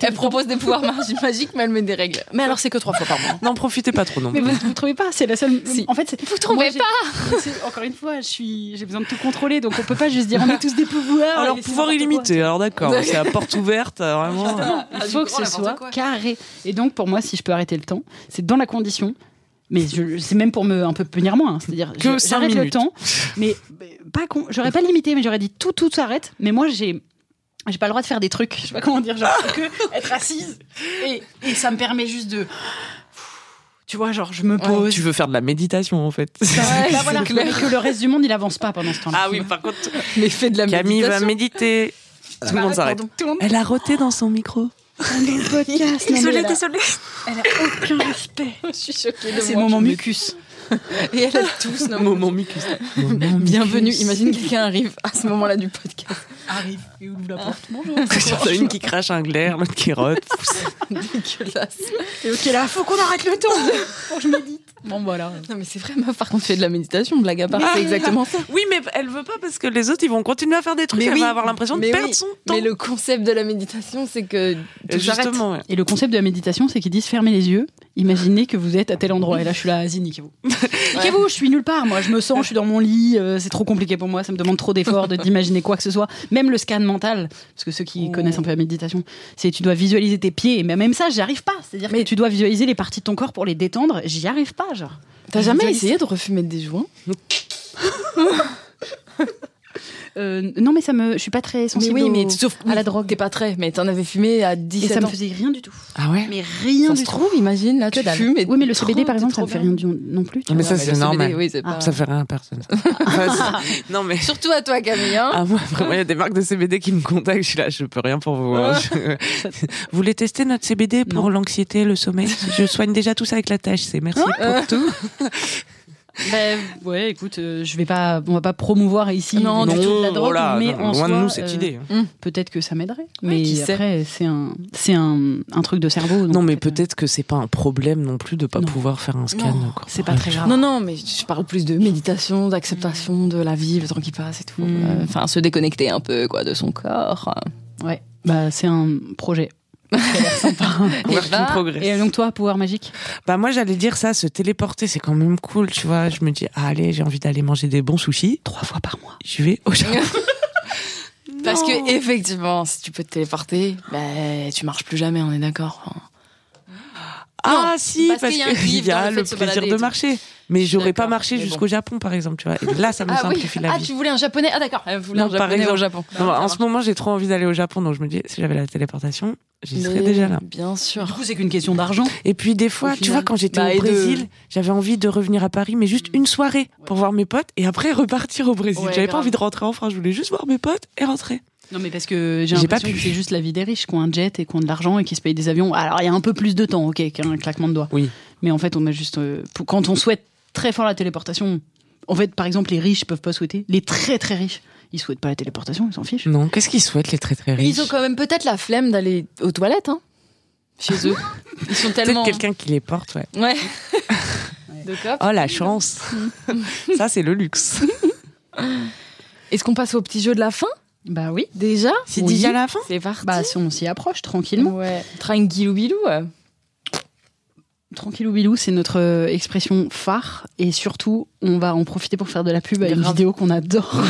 Speaker 2: est- elle propose des pouvoirs (laughs) magi- magiques, mais elle met des règles. Mais alors, c'est que trois fois par mois.
Speaker 3: N'en profitez pas trop non
Speaker 1: Mais
Speaker 3: plus.
Speaker 1: vous ne trouvez pas C'est la seule.
Speaker 2: Si.
Speaker 1: En fait, c'est-
Speaker 2: Vous
Speaker 1: Moi,
Speaker 2: trouvez
Speaker 1: j'ai- (laughs) c'est- Encore une fois, je suis. J'ai besoin de tout contrôler, donc on peut pas juste dire on a tous des pouvoirs.
Speaker 3: Alors,
Speaker 1: et c'est n'importe
Speaker 3: pouvoir
Speaker 1: quoi.
Speaker 3: illimité, alors d'accord, c'est à porte ouverte, euh, vraiment.
Speaker 1: Il
Speaker 2: Ah, du
Speaker 1: faut que
Speaker 2: grand
Speaker 1: ce
Speaker 2: n'importe
Speaker 1: soit
Speaker 2: quoi.
Speaker 1: carré. Et donc, pour moi, si je peux arrêter le temps, c'est dans la condition. Mais je- c'est même pour me un peu punir moi. hein. C'est-à-dire,
Speaker 3: Que
Speaker 1: je-
Speaker 3: cinq
Speaker 1: j'arrête le
Speaker 3: minutes.
Speaker 1: temps. Mais mais pas con. J'aurais pas limité, mais j'aurais dit tout, tout s'arrête. Mais moi, j'ai. J'ai pas le droit de faire des trucs, je sais pas comment dire, genre
Speaker 2: (laughs)
Speaker 1: faut que être assise et, et ça me permet juste de, tu vois, genre je me pose.
Speaker 3: Tu veux faire de la méditation en fait.
Speaker 2: Ouais,
Speaker 1: Là,
Speaker 2: c'est
Speaker 1: voilà.
Speaker 2: clair.
Speaker 1: Mais que le reste du monde il avance pas pendant ce temps-là.
Speaker 3: Ah oui, par contre,
Speaker 2: Mais fais de la
Speaker 3: Camille va
Speaker 2: méditation.
Speaker 3: méditer. Tout le monde s'arrête.
Speaker 2: Bah, Pardon, tout le monde-
Speaker 3: Elle a roté dans son micro.
Speaker 1: Dans le podcast, non, mais elle, a,
Speaker 3: (laughs)
Speaker 1: elle a aucun respect.
Speaker 2: Je suis choquée de
Speaker 1: C'est
Speaker 2: moi,
Speaker 1: mon moment
Speaker 2: je me-
Speaker 1: mucus.
Speaker 2: Et elle a tous nommé.
Speaker 3: (laughs) Moment micus.
Speaker 2: Bienvenue. Imagine quelqu'un arrive à ce moment-là du podcast. Ah.
Speaker 1: Arrive et ouvre la porte.
Speaker 2: (laughs)
Speaker 1: Bonjour.
Speaker 3: T'as une qui crache un glaire, l'autre qui rote.
Speaker 2: Dégueulasse.
Speaker 1: Et ok, là, faut qu'on arrête le temps. Faut que je médite. Bon, voilà. Ah,
Speaker 2: Non, mais c'est vrai, meuf, par contre, fais de la méditation, blague à part. C'est exactement ça.
Speaker 3: Oui, mais elle veut pas parce que les autres ils vont continuer à faire des trucs.
Speaker 2: Mais
Speaker 3: elle
Speaker 2: oui.
Speaker 3: va avoir l'impression de
Speaker 2: Mais
Speaker 3: perdre
Speaker 2: oui.
Speaker 3: son temps.
Speaker 2: Mais le concept de la méditation, c'est que
Speaker 3: Et
Speaker 2: tout s'arrête.
Speaker 3: Justement, ouais.
Speaker 1: Et le concept de la méditation, c'est qu'ils disent fermez les yeux, imaginez que vous êtes à tel endroit. Et là, je suis là, vas-y, (laughs) niquez-vous. Niquez-vous, je suis nulle part. Moi, je me sens, je suis dans mon lit, euh, c'est trop compliqué pour moi, ça me demande trop d'efforts de- d'imaginer quoi que ce soit. Même le scan mental, parce que ceux qui
Speaker 2: Oh.
Speaker 1: connaissent un peu la méditation, c'est tu dois visualiser tes pieds. Mais même ça, j'y arrive pas. C'est-à-dire que tu dois visualiser les parties de ton corps pour les détendre. J'y arrive pas, genre.
Speaker 2: T'as jamais
Speaker 1: Visualise.
Speaker 2: essayé de refumer des joints
Speaker 1: Euh, non, mais ça me, je suis pas très sensible au-
Speaker 2: sauf
Speaker 1: à la drogue.
Speaker 2: T'es pas très, mais t'en avais fumé à
Speaker 1: Et
Speaker 2: 17
Speaker 1: ça me
Speaker 2: ans.
Speaker 1: faisait rien du tout.
Speaker 3: Ah ouais.
Speaker 1: Mais rien
Speaker 2: ça
Speaker 1: du
Speaker 2: se
Speaker 1: tout.
Speaker 2: trouve, imagine, là,
Speaker 1: Que
Speaker 2: tu
Speaker 1: dalle.
Speaker 2: fumes. et
Speaker 1: Oui, mais le
Speaker 2: t'es
Speaker 1: CBD,
Speaker 2: trop-
Speaker 1: par exemple, ça
Speaker 2: t'es
Speaker 1: me
Speaker 2: trop
Speaker 1: fait rien
Speaker 2: bien.
Speaker 1: du, non plus. tu
Speaker 3: Mais
Speaker 1: vois.
Speaker 3: ça,
Speaker 2: Ouais,
Speaker 3: c'est
Speaker 2: le CBD,
Speaker 3: normal.
Speaker 2: oui, c'est
Speaker 1: Ah.
Speaker 2: pas-
Speaker 3: Ça fait rien à personne. (laughs) Enfin, c'est- non mais.
Speaker 2: Surtout à toi, Camille. hein.
Speaker 3: (laughs) Ah, moi, vraiment, il y a des marques de CBD qui me contactent. Je suis là, je peux rien pour vous. hein. Je- (laughs) Vous voulez tester notre CBD pour l'anxiété, le sommeil Je soigne déjà tout ça avec la tâche. C'est merci pour tout.
Speaker 1: Ben, ouais, écoute, euh, je vais pas, on va pas promouvoir ici
Speaker 2: Non,
Speaker 1: du
Speaker 2: du
Speaker 1: tout de la drogue,
Speaker 3: voilà,
Speaker 1: mais
Speaker 3: non,
Speaker 1: en
Speaker 3: loin
Speaker 1: soi,
Speaker 3: de nous cette
Speaker 1: euh,
Speaker 3: idée. hein.
Speaker 1: Peut-être que ça m'aiderait,
Speaker 2: Ouais,
Speaker 1: mais
Speaker 2: qui sait.
Speaker 1: après c'est un, c'est un, un truc de cerveau. donc
Speaker 3: Non, mais
Speaker 1: en fait, euh,
Speaker 3: peut-être que c'est pas un problème non plus de pas
Speaker 1: Non.
Speaker 3: pouvoir faire un scan.
Speaker 2: Non,
Speaker 3: quoi.
Speaker 1: c'est pas très grave.
Speaker 2: ah. Non, non, mais je parle plus de méditation, d'acceptation de la vie, le temps qui passe et tout.
Speaker 1: Mm.
Speaker 2: Euh, Enfin, se déconnecter un peu, quoi, de son corps.
Speaker 1: Ouais, bah c'est un projet. Ça a l'air sympa.
Speaker 3: Work in
Speaker 2: bah,
Speaker 3: progress.
Speaker 1: Et donc toi, pouvoir magique
Speaker 3: Bah moi j'allais dire ça, se téléporter c'est quand même cool, tu vois. Je me dis ah, allez j'ai envie d'aller manger des bons sushis,
Speaker 1: trois fois par mois.
Speaker 3: je vais au Japon.
Speaker 2: (laughs) Parce que, effectivement, si tu peux te téléporter, bah, tu marches plus jamais, on est d'accord. Enfin,
Speaker 3: ah
Speaker 2: Non,
Speaker 3: si
Speaker 2: parce
Speaker 3: parce
Speaker 2: qu'il y a un
Speaker 3: qu'il y,
Speaker 2: kiff dans le
Speaker 3: a
Speaker 2: fait
Speaker 3: le
Speaker 2: de se
Speaker 3: plaisir
Speaker 2: balader et
Speaker 3: de
Speaker 2: tout.
Speaker 3: marcher, mais j'aurais pas
Speaker 2: D'accord,
Speaker 3: marché
Speaker 2: mais bon.
Speaker 3: jusqu'au Japon par exemple, tu vois. Et là ça me simplifie la
Speaker 2: ah
Speaker 3: vie.
Speaker 2: tu voulais un japonais Ah d'accord, elle voulait
Speaker 3: Non,
Speaker 2: un
Speaker 3: par
Speaker 2: japonais au
Speaker 3: exemple.
Speaker 2: Japon. Ça
Speaker 3: Non, bah, en
Speaker 2: marche.
Speaker 3: ce moment j'ai trop envie d'aller au Japon donc je me dis si j'avais la téléportation j'y serais
Speaker 2: Mais
Speaker 3: déjà là.
Speaker 2: Bien
Speaker 1: Du
Speaker 2: sûr.
Speaker 1: coup, c'est qu'une question d'argent.
Speaker 3: Et puis des fois tu
Speaker 2: final.
Speaker 3: vois quand j'étais
Speaker 2: Bah, et
Speaker 3: au
Speaker 2: de-
Speaker 3: Brésil j'avais envie de revenir à Paris mais juste une soirée pour voir mes potes et après repartir au Brésil.
Speaker 2: Ouais,
Speaker 3: j'avais pas
Speaker 2: grave.
Speaker 3: envie de rentrer en France, je voulais juste voir mes potes et rentrer.
Speaker 1: Non, mais parce que j'ai
Speaker 3: J'ai pas
Speaker 1: l'impression
Speaker 3: pu.
Speaker 1: que c'est juste la vie des riches, qui ont un jet et qui ont de l'argent et qui se payent des avions. Alors il y a un peu plus de temps, ok, qu'un claquement de doigts.
Speaker 3: Oui.
Speaker 1: Mais en fait, on a juste. euh, pour- quand on souhaite très fort la téléportation, en fait, par exemple, les riches peuvent pas souhaiter. Les très très riches, ils souhaitent pas la téléportation, ils s'en fichent.
Speaker 3: Non, qu'est-ce qu'ils souhaitent les très très riches
Speaker 2: Ils ont quand même peut-être la flemme d'aller aux toilettes, hein Chez
Speaker 3: (laughs)
Speaker 2: eux. Ils sont
Speaker 3: Peut-être
Speaker 2: tellement.
Speaker 3: quelqu'un qui les porte, ouais.
Speaker 2: Ouais. (laughs) De cop.
Speaker 3: Oh
Speaker 2: (laughs)
Speaker 3: la chance Ça c'est le luxe.
Speaker 2: Est-ce qu'on passe au petit jeu de la fin
Speaker 1: Bah oui.
Speaker 2: déjà
Speaker 3: C'est
Speaker 1: Oui.
Speaker 3: déjà la fin
Speaker 2: C'est parti.
Speaker 1: Bah si on s'y approche tranquillement.
Speaker 2: ouais. Tranquillou bilou. ouais.
Speaker 1: Tranquillou bilou, c'est notre euh, expression phare et surtout, on va en profiter pour faire de la pub à une
Speaker 2: Grave.
Speaker 1: vidéo qu'on adore.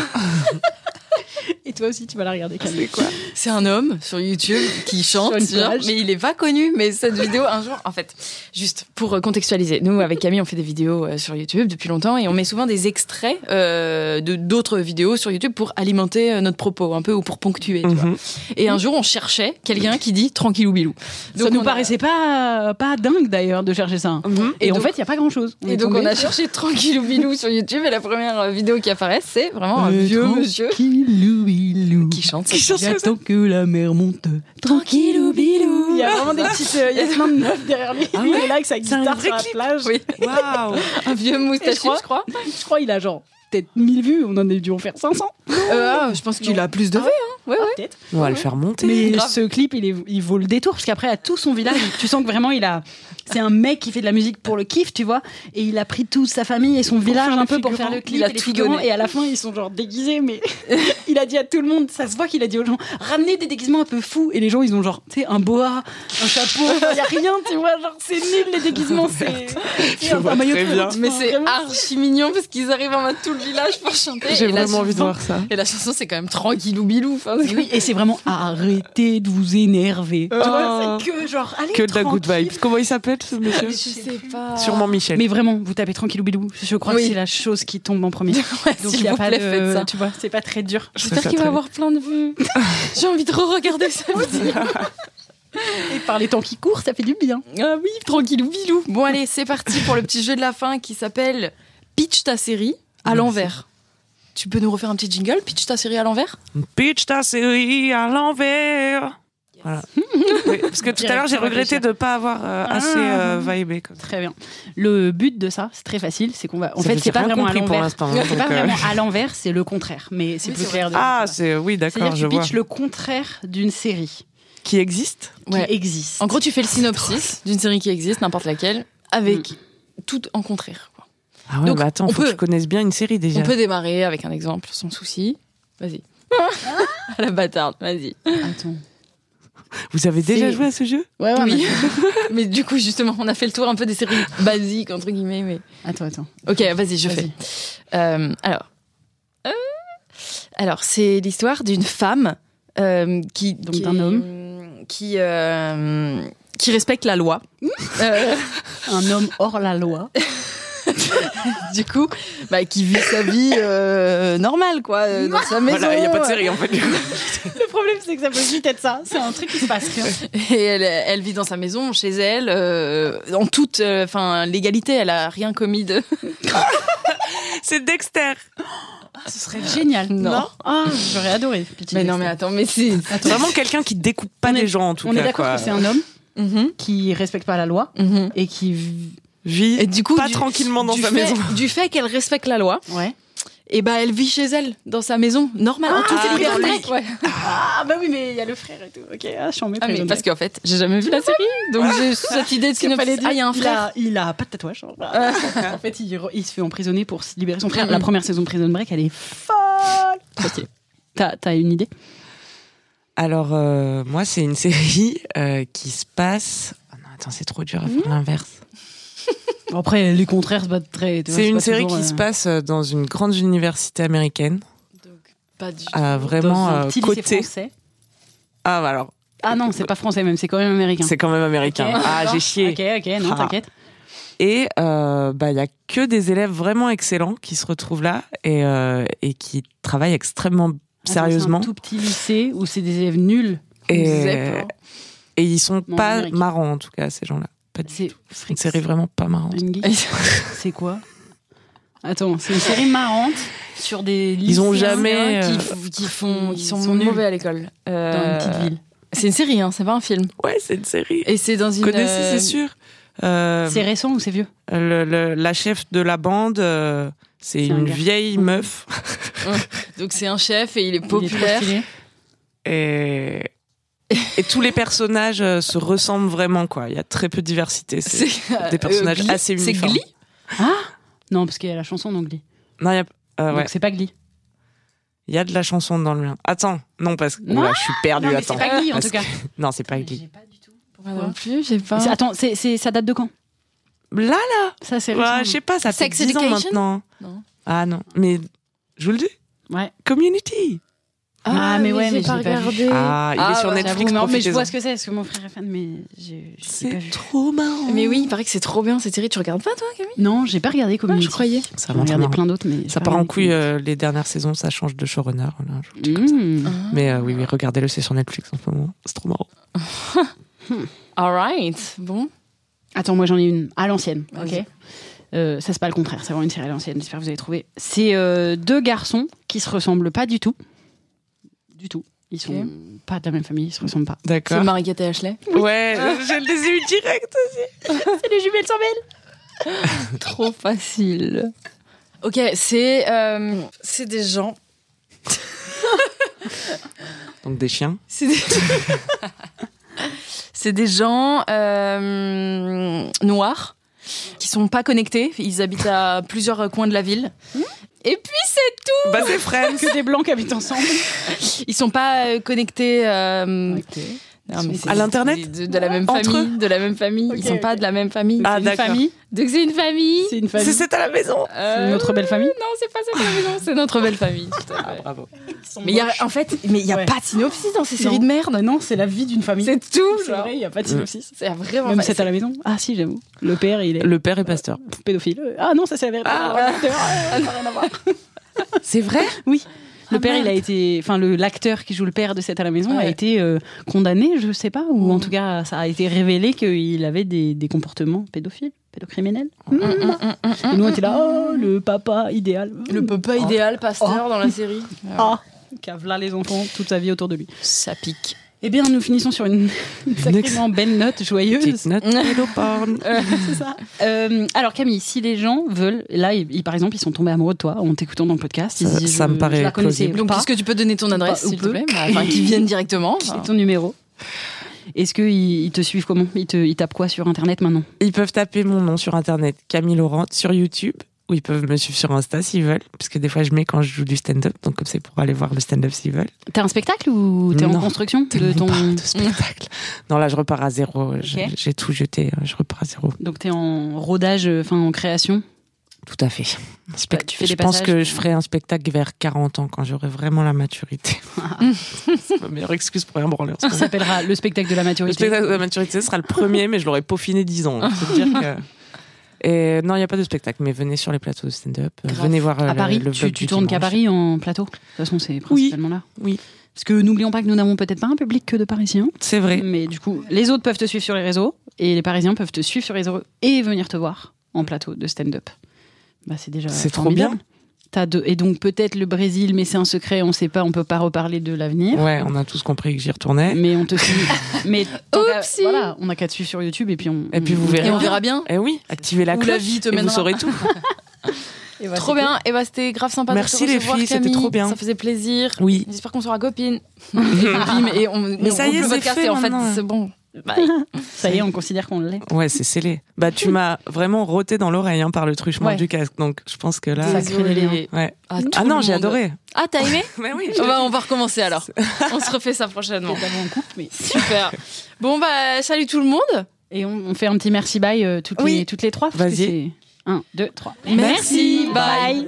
Speaker 1: et toi aussi, tu vas la regarder. Camille.
Speaker 2: C'est un homme sur YouTube qui
Speaker 1: (laughs)
Speaker 2: chante,
Speaker 1: Sur une
Speaker 2: genre,
Speaker 1: plage.
Speaker 2: mais il est pas connu. Mais cette vidéo, un jour, en fait, juste pour euh, contextualiser, nous avec Camille, on fait des vidéos euh, sur YouTube depuis longtemps et on met souvent des extraits euh, de d'autres vidéos sur YouTube pour alimenter euh, notre propos un peu ou pour ponctuer. tu vois.
Speaker 3: Mhm.
Speaker 2: Et un jour, on cherchait quelqu'un qui dit tranquillou bilou.
Speaker 1: ça nous
Speaker 2: on a-
Speaker 1: paraissait pas pas dingue d'ailleurs de chercher ça.
Speaker 3: Mhm.
Speaker 1: Et,
Speaker 2: Et
Speaker 1: en
Speaker 2: donc-
Speaker 1: fait, il y a pas grand chose.
Speaker 2: Et donc, on a cherché tranquillou bilou sur YouTube et la première euh, vidéo qui apparaît, c'est vraiment un vieux monsieur
Speaker 1: Tranquillou bilou.
Speaker 2: qui chante.
Speaker 3: Qui chante comme ça
Speaker 1: J'attends que la mer monte.
Speaker 2: Tranquillou bilou.
Speaker 1: Il y a vraiment des petites. euh, Il y a plein de meufs derrière lui.
Speaker 3: Ah
Speaker 1: Lui,
Speaker 3: ouais
Speaker 1: il est là avec sa
Speaker 3: un
Speaker 1: guitare
Speaker 3: vrai
Speaker 1: sur la
Speaker 3: clip.
Speaker 1: plage.
Speaker 2: Oui.
Speaker 3: Waouh
Speaker 2: Un vieux moustachu,
Speaker 1: Et je crois-
Speaker 2: je crois.
Speaker 1: Je crois qu'il a genre peut-être 1000 vues. On en a dû en faire 500.
Speaker 2: Euh, ah, je pense qu'il a plus de vues. hein. Ouais, ouais.
Speaker 1: peut-être.
Speaker 3: On va le faire monter.
Speaker 1: Mais
Speaker 2: grave.
Speaker 1: ce clip, il, est- il vaut le détour parce qu'après, à tout son village, (laughs) tu sens que vraiment, il a. C'est un mec qui fait de la musique pour le kiff, tu vois. Et il a pris toute sa famille et son village
Speaker 2: faire
Speaker 1: un
Speaker 2: les
Speaker 1: peu pour
Speaker 2: figurants.
Speaker 1: faire le clip.
Speaker 2: Il a
Speaker 1: et les
Speaker 2: tout
Speaker 1: figurants.
Speaker 2: donné.
Speaker 1: Et à la fin, ils sont genre déguisés, mais (laughs) il a dit à tout le monde, ça se voit qu'il a dit aux gens, ramenez des déguisements un peu fous. Et les gens, ils ont genre, tu sais, un boa, un chapeau,
Speaker 2: (laughs)
Speaker 1: il y a rien, tu vois. Genre, c'est nul les déguisements, c'est. c'est
Speaker 3: vois
Speaker 1: maillot
Speaker 3: très
Speaker 1: de
Speaker 3: bien.
Speaker 1: foot,
Speaker 2: Mais
Speaker 1: enfin,
Speaker 2: c'est ah
Speaker 1: vraiment,
Speaker 2: archi mignon parce qu'ils arrivent en mode tout le village pour chanter.
Speaker 3: J'ai
Speaker 2: Et la
Speaker 3: vraiment envie de
Speaker 2: chanson-
Speaker 3: voir (laughs) ça.
Speaker 2: Et la chanson, c'est quand même tranquillou bilou. Enfin,
Speaker 1: Et
Speaker 2: (laughs)
Speaker 1: oui, et c'est vraiment arrêtez de vous énerver. Tu vois, c'est que genre, allez,
Speaker 3: Que de la good
Speaker 1: tranquille.
Speaker 3: vibes. Comment il s'appelle ce monsieur
Speaker 2: je sais pas. (laughs)
Speaker 3: Sûrement Michel.
Speaker 1: Mais vraiment, vous tapez tranquille ou bilou. Je crois
Speaker 2: Oui.
Speaker 1: que c'est la chose qui tombe en (laughs) premier.
Speaker 2: Ouais,
Speaker 1: Donc
Speaker 2: s'il
Speaker 1: il y a
Speaker 2: vous
Speaker 1: pas
Speaker 2: plaît,
Speaker 1: de-
Speaker 2: faites ça.
Speaker 1: Tu vois, c'est pas très dur.
Speaker 3: Je trouve
Speaker 2: (laughs) J'espère
Speaker 3: ça
Speaker 2: qu'il va
Speaker 3: très
Speaker 2: avoir plein de vues. (laughs) J'ai envie de re-regarder ça.
Speaker 1: Et par les temps qui courent, ça fait du bien.
Speaker 2: (laughs) Ah oui, tranquillou bilou. Bon allez, c'est parti pour le petit jeu de la fin qui s'appelle Pitch ta série à l'envers. Tu peux nous refaire un petit jingle Pitch ta série à l'envers
Speaker 3: Pitch ta série à l'envers. Voilà. (laughs) Oui, parce que tout à l'heure,
Speaker 1: Direction
Speaker 3: j'ai regretté
Speaker 1: réfléchir.
Speaker 3: de ne pas avoir euh, assez euh, vibé. Comme ça.
Speaker 1: Très bien. Le but de ça, c'est très facile, c'est qu'on va. En fait,
Speaker 3: Ça veut
Speaker 1: c'est
Speaker 3: dire
Speaker 1: pas
Speaker 3: rien
Speaker 1: vraiment à
Speaker 3: compris pour
Speaker 1: l'envers.
Speaker 3: l'instant, hein,
Speaker 1: C'est pas
Speaker 3: donc, euh,
Speaker 1: vraiment à
Speaker 3: (laughs)
Speaker 1: l'envers, c'est le contraire. Mais c'est
Speaker 2: Oui,
Speaker 1: plus
Speaker 2: c'est
Speaker 1: clair. de-
Speaker 3: Ah, c'est oui,
Speaker 1: C'est-à-dire
Speaker 3: d'accord,
Speaker 1: que
Speaker 3: je
Speaker 1: tu
Speaker 3: vois.
Speaker 1: pitches le contraire d'une série
Speaker 3: Qui existe
Speaker 2: Ouais.
Speaker 1: qui existe.
Speaker 2: En gros, tu fais le synopsis d'une série qui existe, n'importe laquelle, avec
Speaker 1: Mm.
Speaker 2: tout en contraire. quoi.
Speaker 3: Ah ouais,
Speaker 2: Donc,
Speaker 3: mais attends,
Speaker 2: on
Speaker 3: faut que
Speaker 2: peut-
Speaker 3: tu connaisses bien une série déjà.
Speaker 2: On peut démarrer avec un exemple sans souci.
Speaker 1: (laughs)
Speaker 2: Vas-y. à la bâtarde, vas-y.
Speaker 1: Attends.
Speaker 3: Vous avez déjà
Speaker 1: C'est-
Speaker 3: joué à ce jeu
Speaker 1: Ouais, ouais, (laughs)
Speaker 2: Oui. (laughs) mais du coup, justement, on a fait le tour un peu des séries basiques, entre guillemets. Mais...
Speaker 1: mais- Attends, attends.
Speaker 2: Ok, vas-y, je
Speaker 1: Vas-y.
Speaker 2: fais. Euh, alors. Euh, Alors, c'est l'histoire d'une femme euh, qui.
Speaker 1: Donc
Speaker 2: qui-
Speaker 1: d'un
Speaker 2: Qui. euh, qui respecte la
Speaker 1: (laughs)
Speaker 2: loi. Euh,
Speaker 1: Un homme hors la loi.
Speaker 2: du coup, bah, qui vit sa vie euh, normale, quoi, euh, dans sa maison.
Speaker 3: Voilà, il n'y a pas de série en
Speaker 1: (laughs)
Speaker 3: fait.
Speaker 1: le problème, c'est que ça peut juste être ça. C'est un truc qui se passe rien.
Speaker 2: Et elle, elle vit dans sa maison, chez elle, euh, en toute euh, enfin, légalité. Elle a rien commis de.
Speaker 3: (laughs) c'est Dexter.
Speaker 1: Ce serait génial.
Speaker 2: Non.
Speaker 1: Ah, j'aurais adoré. Petit
Speaker 2: (laughs) Mais non,
Speaker 1: texte.
Speaker 2: mais attends, mais c'est.
Speaker 1: Attends.
Speaker 3: Vraiment quelqu'un qui découpe pas
Speaker 1: On est-
Speaker 3: les gens en tout
Speaker 1: On
Speaker 3: cas.
Speaker 1: est d'accord
Speaker 3: quoi.
Speaker 1: que c'est un homme
Speaker 2: Mhm,
Speaker 1: qui respecte pas la loi
Speaker 2: mhm.
Speaker 1: et qui. vit-
Speaker 3: Vit
Speaker 2: Et du coup,
Speaker 3: pas
Speaker 2: du-
Speaker 3: tranquillement dans
Speaker 2: du
Speaker 3: sa
Speaker 2: fait-
Speaker 3: maison.
Speaker 2: Du fait qu'elle respecte la loi.
Speaker 1: Ouais.
Speaker 2: Et bah elle vit chez elle, dans sa maison, normale, en toute
Speaker 1: ah,
Speaker 2: liberté.
Speaker 1: dans Ah bah oui, mais il y a le frère et tout. Ok, ah, je suis en
Speaker 2: Ah, mais parce qu'en fait, j'ai jamais vu la série, donc
Speaker 3: Ah.
Speaker 2: j'ai cette idée de synopsis. Ah, il y a un frère.
Speaker 1: Il a, Ah. pas de tatouage. genre. en fait, il, re- il se fait emprisonner pour s- libérer son frère. La première saison de Prison Break, elle est folle. Mm. Ok. T'as t'as une idée
Speaker 3: Alors, euh, moi, c'est une (laughs) série euh, qui se passe. Ah non, attends, c'est trop dur à faire l'inverse.
Speaker 1: Après, les contraires, c'est pas très. tu vois,
Speaker 3: C'est une
Speaker 1: pas
Speaker 3: série
Speaker 1: toujours,
Speaker 3: qui
Speaker 1: euh,
Speaker 3: se passe euh, dans une grande université américaine.
Speaker 2: Pas du
Speaker 3: Ah,
Speaker 1: dans
Speaker 3: vraiment
Speaker 1: un
Speaker 3: euh,
Speaker 1: petit lycée
Speaker 3: côté.
Speaker 1: français.
Speaker 3: Ah, bah alors,
Speaker 1: Ah non, c'est pas français même, c'est quand même américain.
Speaker 3: c'est quand même
Speaker 1: Ok,
Speaker 3: américain. Ah,
Speaker 1: d'accord.
Speaker 3: j'ai chié.
Speaker 1: Ok, ok, non,
Speaker 3: Ah.
Speaker 1: t'inquiète.
Speaker 3: Et euh, bah, il y a que des élèves vraiment excellents qui se retrouvent là et, euh, et qui travaillent extrêmement sérieusement.
Speaker 1: Attends, Ah, C'est un tout petit lycée où c'est des élèves nuls.
Speaker 3: et, et ils sont
Speaker 1: Bon,
Speaker 3: pas
Speaker 1: oh. Amérique.
Speaker 3: marrants en tout cas ces gens-là. Pas du
Speaker 1: C'est
Speaker 3: tout. C'est une série vraiment pas marrante.
Speaker 1: Une geek. C'est quoi Attends, c'est une série marrante sur des
Speaker 3: Ils ont
Speaker 1: lycéens
Speaker 3: jamais,
Speaker 1: qui-
Speaker 3: euh,
Speaker 2: Qui, qui font, qui sont,
Speaker 1: Ils sont nuls.
Speaker 2: mauvais à l'école. Euh,
Speaker 1: dans une petite ville.
Speaker 2: C'est une série, hein, c'est pas un film.
Speaker 3: Ouais, c'est une série.
Speaker 2: Et c'est dans une.
Speaker 3: Vous connaissez,
Speaker 2: euh,
Speaker 3: c'est sûr. Euh,
Speaker 1: C'est récent ou c'est vieux
Speaker 3: le- le- la chef de la bande, euh, c'est
Speaker 1: C'est un
Speaker 3: une
Speaker 1: gars. Mhm.
Speaker 3: vieille meuf.
Speaker 2: Donc c'est un chef et il est
Speaker 1: Il est trop
Speaker 2: populaire.
Speaker 1: stylé.
Speaker 3: Et, et tous les personnages euh, se ressemblent vraiment, quoi. Il y a très peu de diversité.
Speaker 2: (laughs)
Speaker 3: C'est
Speaker 2: C'est
Speaker 3: des personnages
Speaker 2: euh, Glee.
Speaker 3: assez
Speaker 2: C'est
Speaker 3: uniformes.
Speaker 2: Glee
Speaker 1: Ah Non, parce qu'il y a la chanson en anglais.
Speaker 3: Non, il y a, euh, ouais.
Speaker 1: Donc c'est pas Glee.
Speaker 3: Il y a de la chanson dans le mien. Attends, non, parce que.
Speaker 1: Non,
Speaker 3: Oula, je suis perdu,
Speaker 1: non, mais
Speaker 3: Ah, attends.
Speaker 1: c'est pas Glee en
Speaker 3: Parce
Speaker 1: tout cas.
Speaker 3: (laughs) Non, c'est pas Glee.
Speaker 2: Moi non plus, j'ai pas. Ah,
Speaker 1: C'est- Attends, c'est- c'est- ça date de quand
Speaker 3: Là,
Speaker 1: Ça c'est
Speaker 3: là,
Speaker 1: récent.
Speaker 3: je sais pas, ça fait
Speaker 2: Sex
Speaker 3: 10 ans
Speaker 2: Education
Speaker 3: maintenant.
Speaker 2: Non.
Speaker 3: Ah non, mais je vous le dis,
Speaker 1: Ouais.
Speaker 3: Community.
Speaker 1: Ah, mais ouais,
Speaker 2: j'ai
Speaker 1: mais j'ai pas vu.
Speaker 2: regardé.
Speaker 3: Ah, il est sur
Speaker 2: bah,
Speaker 3: Netflix,
Speaker 1: J'avoue, mais- mais je
Speaker 3: profitez-en.
Speaker 1: vois ce que c'est, parce que mon frère est fan, mais j'ai j'ai pas
Speaker 3: C'est
Speaker 1: vu.
Speaker 3: trop marrant.
Speaker 2: Mais oui, il paraît que c'est trop bien cette série. Tu regardes pas toi, Camille
Speaker 1: Non, j'ai pas regardé comme
Speaker 2: Je croyais.
Speaker 3: Ça,
Speaker 1: J'ai
Speaker 3: rentre
Speaker 1: regardé
Speaker 3: marrant.
Speaker 1: plein d'autres, mais. j'ai
Speaker 3: ça
Speaker 1: pas
Speaker 3: part en
Speaker 1: regardé
Speaker 3: couille euh, les dernières saisons, ça change de showrunner. voilà, je-
Speaker 1: Community. Mmh.
Speaker 3: Mais euh, oui, oui, regardez-le, c'est sur Netflix en ce moment. C'est trop marrant.
Speaker 2: Alright, bon.
Speaker 1: Attends, moi j'en ai une à l'ancienne.
Speaker 2: Vas-y.
Speaker 1: Ok. Euh, ça c'est pas le contraire, c'est vraiment une série à l'ancienne. J'espère que vous avez trouvé. C'est euh, deux garçons qui se ressemblent pas du tout, du tout. Ils sont
Speaker 2: Ok.
Speaker 1: pas de la même famille, ils se ressemblent pas.
Speaker 2: C'est
Speaker 3: D'accord.
Speaker 2: Marie-Kate et
Speaker 3: (laughs)
Speaker 2: Ashley.
Speaker 3: Ouais, Ah, je les ai eu direct.
Speaker 1: C'est les jumelles sans belles.
Speaker 2: Trop facile. Ok, c'est euh, c'est des gens.
Speaker 3: Donc des chiens.
Speaker 2: C'est des... (laughs) C'est des gens euh, noirs qui sont pas connectés. Ils habitent à plusieurs coins de la ville. Et puis c'est tout.
Speaker 3: Bah c'est
Speaker 1: (laughs)
Speaker 3: Friends.
Speaker 1: Que des blancs qui habitent
Speaker 2: (laughs)
Speaker 1: ensemble.
Speaker 2: Ils sont pas euh, connectés. euh, non, mais c'est-
Speaker 3: À l'internet
Speaker 2: de, de la même
Speaker 3: Entre
Speaker 2: famille, de la même famille. Ils
Speaker 1: Ok,
Speaker 2: sont
Speaker 1: ok.
Speaker 2: pas de la même famille.
Speaker 3: Ah,
Speaker 1: une
Speaker 3: d'accord.
Speaker 1: famille.
Speaker 2: Donc c'est une famille.
Speaker 1: C'est une
Speaker 3: C'est
Speaker 1: famille.
Speaker 3: c'est à la maison.
Speaker 2: Euh,
Speaker 1: Notre belle famille.
Speaker 2: Non, c'est pas ça la maison. C'est notre belle famille. tout à fait.
Speaker 3: Bravo.
Speaker 2: Mais il y a, en fait, mais il y a
Speaker 1: Ouais.
Speaker 2: pas de synopsis dans ces
Speaker 1: Non.
Speaker 2: séries de merde.
Speaker 1: Non, c'est la vie d'une famille.
Speaker 2: C'est tout.
Speaker 1: C'est
Speaker 2: genre.
Speaker 1: vrai, il n'y a pas de synopsis.
Speaker 2: C'est vraiment.
Speaker 1: Même
Speaker 2: pas-
Speaker 1: c'est à la maison. Ah si, j'avoue. Le père, il est
Speaker 3: Le père est pasteur.
Speaker 1: pédophile. Ah non, ça c'est la vérité.
Speaker 3: Ah,
Speaker 1: Alors, l'acteur, euh, ça n'a rien à voir.
Speaker 3: C'est vrai
Speaker 1: Oui. Le
Speaker 2: Ah,
Speaker 1: père, il a
Speaker 2: merde.
Speaker 1: été, enfin le l'acteur qui joue le père de cette à la maison a
Speaker 2: Ouais. Mmh.
Speaker 1: été euh, condamné, je sais pas, ou en tout cas ça a été révélé qu'il avait des, des comportements pédophiles, pédocriminels.
Speaker 2: Mm, mm, mm, mm,
Speaker 1: Et
Speaker 2: mm.
Speaker 1: nous on était là, oh, le papa idéal.
Speaker 2: Le papa idéal, pasteur dans la série.
Speaker 1: Ah, cavela les enfants toute sa vie autour de lui.
Speaker 2: Ça pique.
Speaker 1: Eh bien, nous finissons sur
Speaker 2: (laughs)
Speaker 1: une, une sacrément belle note (laughs)
Speaker 3: Petite
Speaker 1: joyeuse.
Speaker 3: note pédo porn.
Speaker 1: Euh, alors Camille, si les gens veulent, là, ils- ils- par exemple, ils sont tombés amoureux de toi en t'écoutant dans le podcast. Ils
Speaker 3: Ça-
Speaker 1: disent,
Speaker 3: ça
Speaker 1: je-
Speaker 3: me paraît
Speaker 1: je la connaissais
Speaker 3: plausible.
Speaker 2: Donc,
Speaker 1: pas.
Speaker 2: est-ce que tu peux donner ton adresse,
Speaker 1: Ou
Speaker 2: s'il te
Speaker 1: peu.
Speaker 2: plaît Bah, Enfin, qu'ils viennent directement.
Speaker 1: Qui
Speaker 2: enfin.
Speaker 1: est ton numéro Est-ce qu'ils ils te suivent comment ils, te, ils tapent quoi sur Internet maintenant
Speaker 3: Ils peuvent taper mon nom sur internet, Camille Laurent, sur YouTube, ou ils peuvent me suivre sur Insta s'ils veulent, parce que des fois je mets quand je joue du stand-up, donc comme c'est pour aller voir le stand-up s'ils veulent.
Speaker 1: T'as un spectacle ou t'es en
Speaker 3: Non,
Speaker 1: construction de
Speaker 3: Tellement
Speaker 1: ton...
Speaker 3: pas de spectacle. Non, là je repars à zéro, Je-
Speaker 1: Ok.
Speaker 3: j'ai tout jeté, hein, je repars à zéro.
Speaker 1: Donc t'es en rodage, euh, enfin en création
Speaker 3: Tout à fait. Un spect-
Speaker 1: tu fais
Speaker 3: je
Speaker 1: des
Speaker 3: pense
Speaker 1: passages.
Speaker 3: que je ferai un spectacle vers 40 ans, quand j'aurai vraiment la maturité. c'est ma meilleure excuse pour rien branler. en ce
Speaker 1: Ça (laughs)
Speaker 3: moment.
Speaker 1: s'appellera le spectacle de la
Speaker 3: Le
Speaker 1: maturité.
Speaker 3: spectacle de la maturité sera le premier, mais je l'aurai peaufiné 10 ans. hein. C'est dire que- Et non, il n'y a pas de spectacle, mais venez sur les plateaux de stand-up. euh,
Speaker 2: Grave.
Speaker 3: Venez voir euh,
Speaker 1: À
Speaker 3: le-
Speaker 1: Paris,
Speaker 3: le
Speaker 1: tu,
Speaker 3: vlog
Speaker 1: tu
Speaker 3: du
Speaker 1: tournes qu'à
Speaker 3: dimanche.
Speaker 1: Paris en plateau. De toute façon, c'est principalement là.
Speaker 3: oui.
Speaker 1: Parce que n'oublions pas que nous n'avons peut-être pas un public que de Parisiens.
Speaker 3: C'est vrai.
Speaker 1: Mais du coup, les autres peuvent te suivre sur les réseaux et les Parisiens peuvent te suivre sur les réseaux et venir te voir en plateau de stand-up. Bah, c'est déjà
Speaker 3: C'est trop
Speaker 1: formidable.
Speaker 3: bien.
Speaker 1: T'as deux- et donc peut-être le Brésil, mais c'est un secret, on sait pas, on peut pas reparler de l'avenir.
Speaker 3: Ouais, on a tous compris que j'y retournais.
Speaker 1: Mais on te
Speaker 3: (laughs)
Speaker 1: suit. mais tant qu'à-
Speaker 2: Oupsie.
Speaker 1: voilà, on a qu'à te suivre sur YouTube et puis on.
Speaker 3: Et puis vous verrez.
Speaker 2: Et on verra bien.
Speaker 3: Eh oui, activez la
Speaker 2: Où
Speaker 3: cloche.
Speaker 2: la vie te
Speaker 3: et vous
Speaker 2: mènera.
Speaker 3: saurez tout.
Speaker 1: Et voilà,
Speaker 2: Trop
Speaker 1: c'est
Speaker 2: bien. Et bah, c'était grave sympa.
Speaker 3: Merci
Speaker 2: de te
Speaker 3: les
Speaker 2: recevoir,
Speaker 3: filles, c'était
Speaker 2: Camille.
Speaker 3: trop bien.
Speaker 2: Ça faisait plaisir.
Speaker 3: Oui.
Speaker 2: J'espère qu'on sera (laughs) copines. et bim, et on, on
Speaker 3: ça y
Speaker 2: coupe
Speaker 3: est,
Speaker 2: le
Speaker 3: c'est
Speaker 2: podcast
Speaker 3: fait
Speaker 2: et en fait,
Speaker 3: maintenant.
Speaker 2: c'est bon.
Speaker 1: cool. Ça y est, on considère qu'on l'est.
Speaker 3: Ouais, c'est scellé. Bah, tu m'as vraiment roté dans l'oreille hein, par le truchement
Speaker 1: Ouais.
Speaker 3: du casque. Donc, je pense que là.
Speaker 1: Ça crée des liens.
Speaker 3: Ouais.
Speaker 2: Ah, tout
Speaker 3: Ah
Speaker 2: le
Speaker 3: non, j'ai
Speaker 2: monde.
Speaker 3: adoré. Oh,
Speaker 2: Ah, t'as (laughs) aimé
Speaker 3: Mais oui.
Speaker 2: Ah bah, On va recommencer (laughs) alors. On se refait ça prochainement.
Speaker 1: D'abord en couple, mais.
Speaker 2: Super. Bon, bah, salut tout le monde.
Speaker 1: Et on, on fait un petit merci bye euh, toutes,
Speaker 3: Oui.
Speaker 1: les, toutes les trois. parce que
Speaker 3: Vas-y.
Speaker 1: c'est- Un, deux, trois.
Speaker 2: Merci, bye.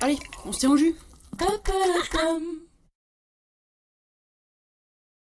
Speaker 1: Allez, on se tient au jus.
Speaker 4: Hey.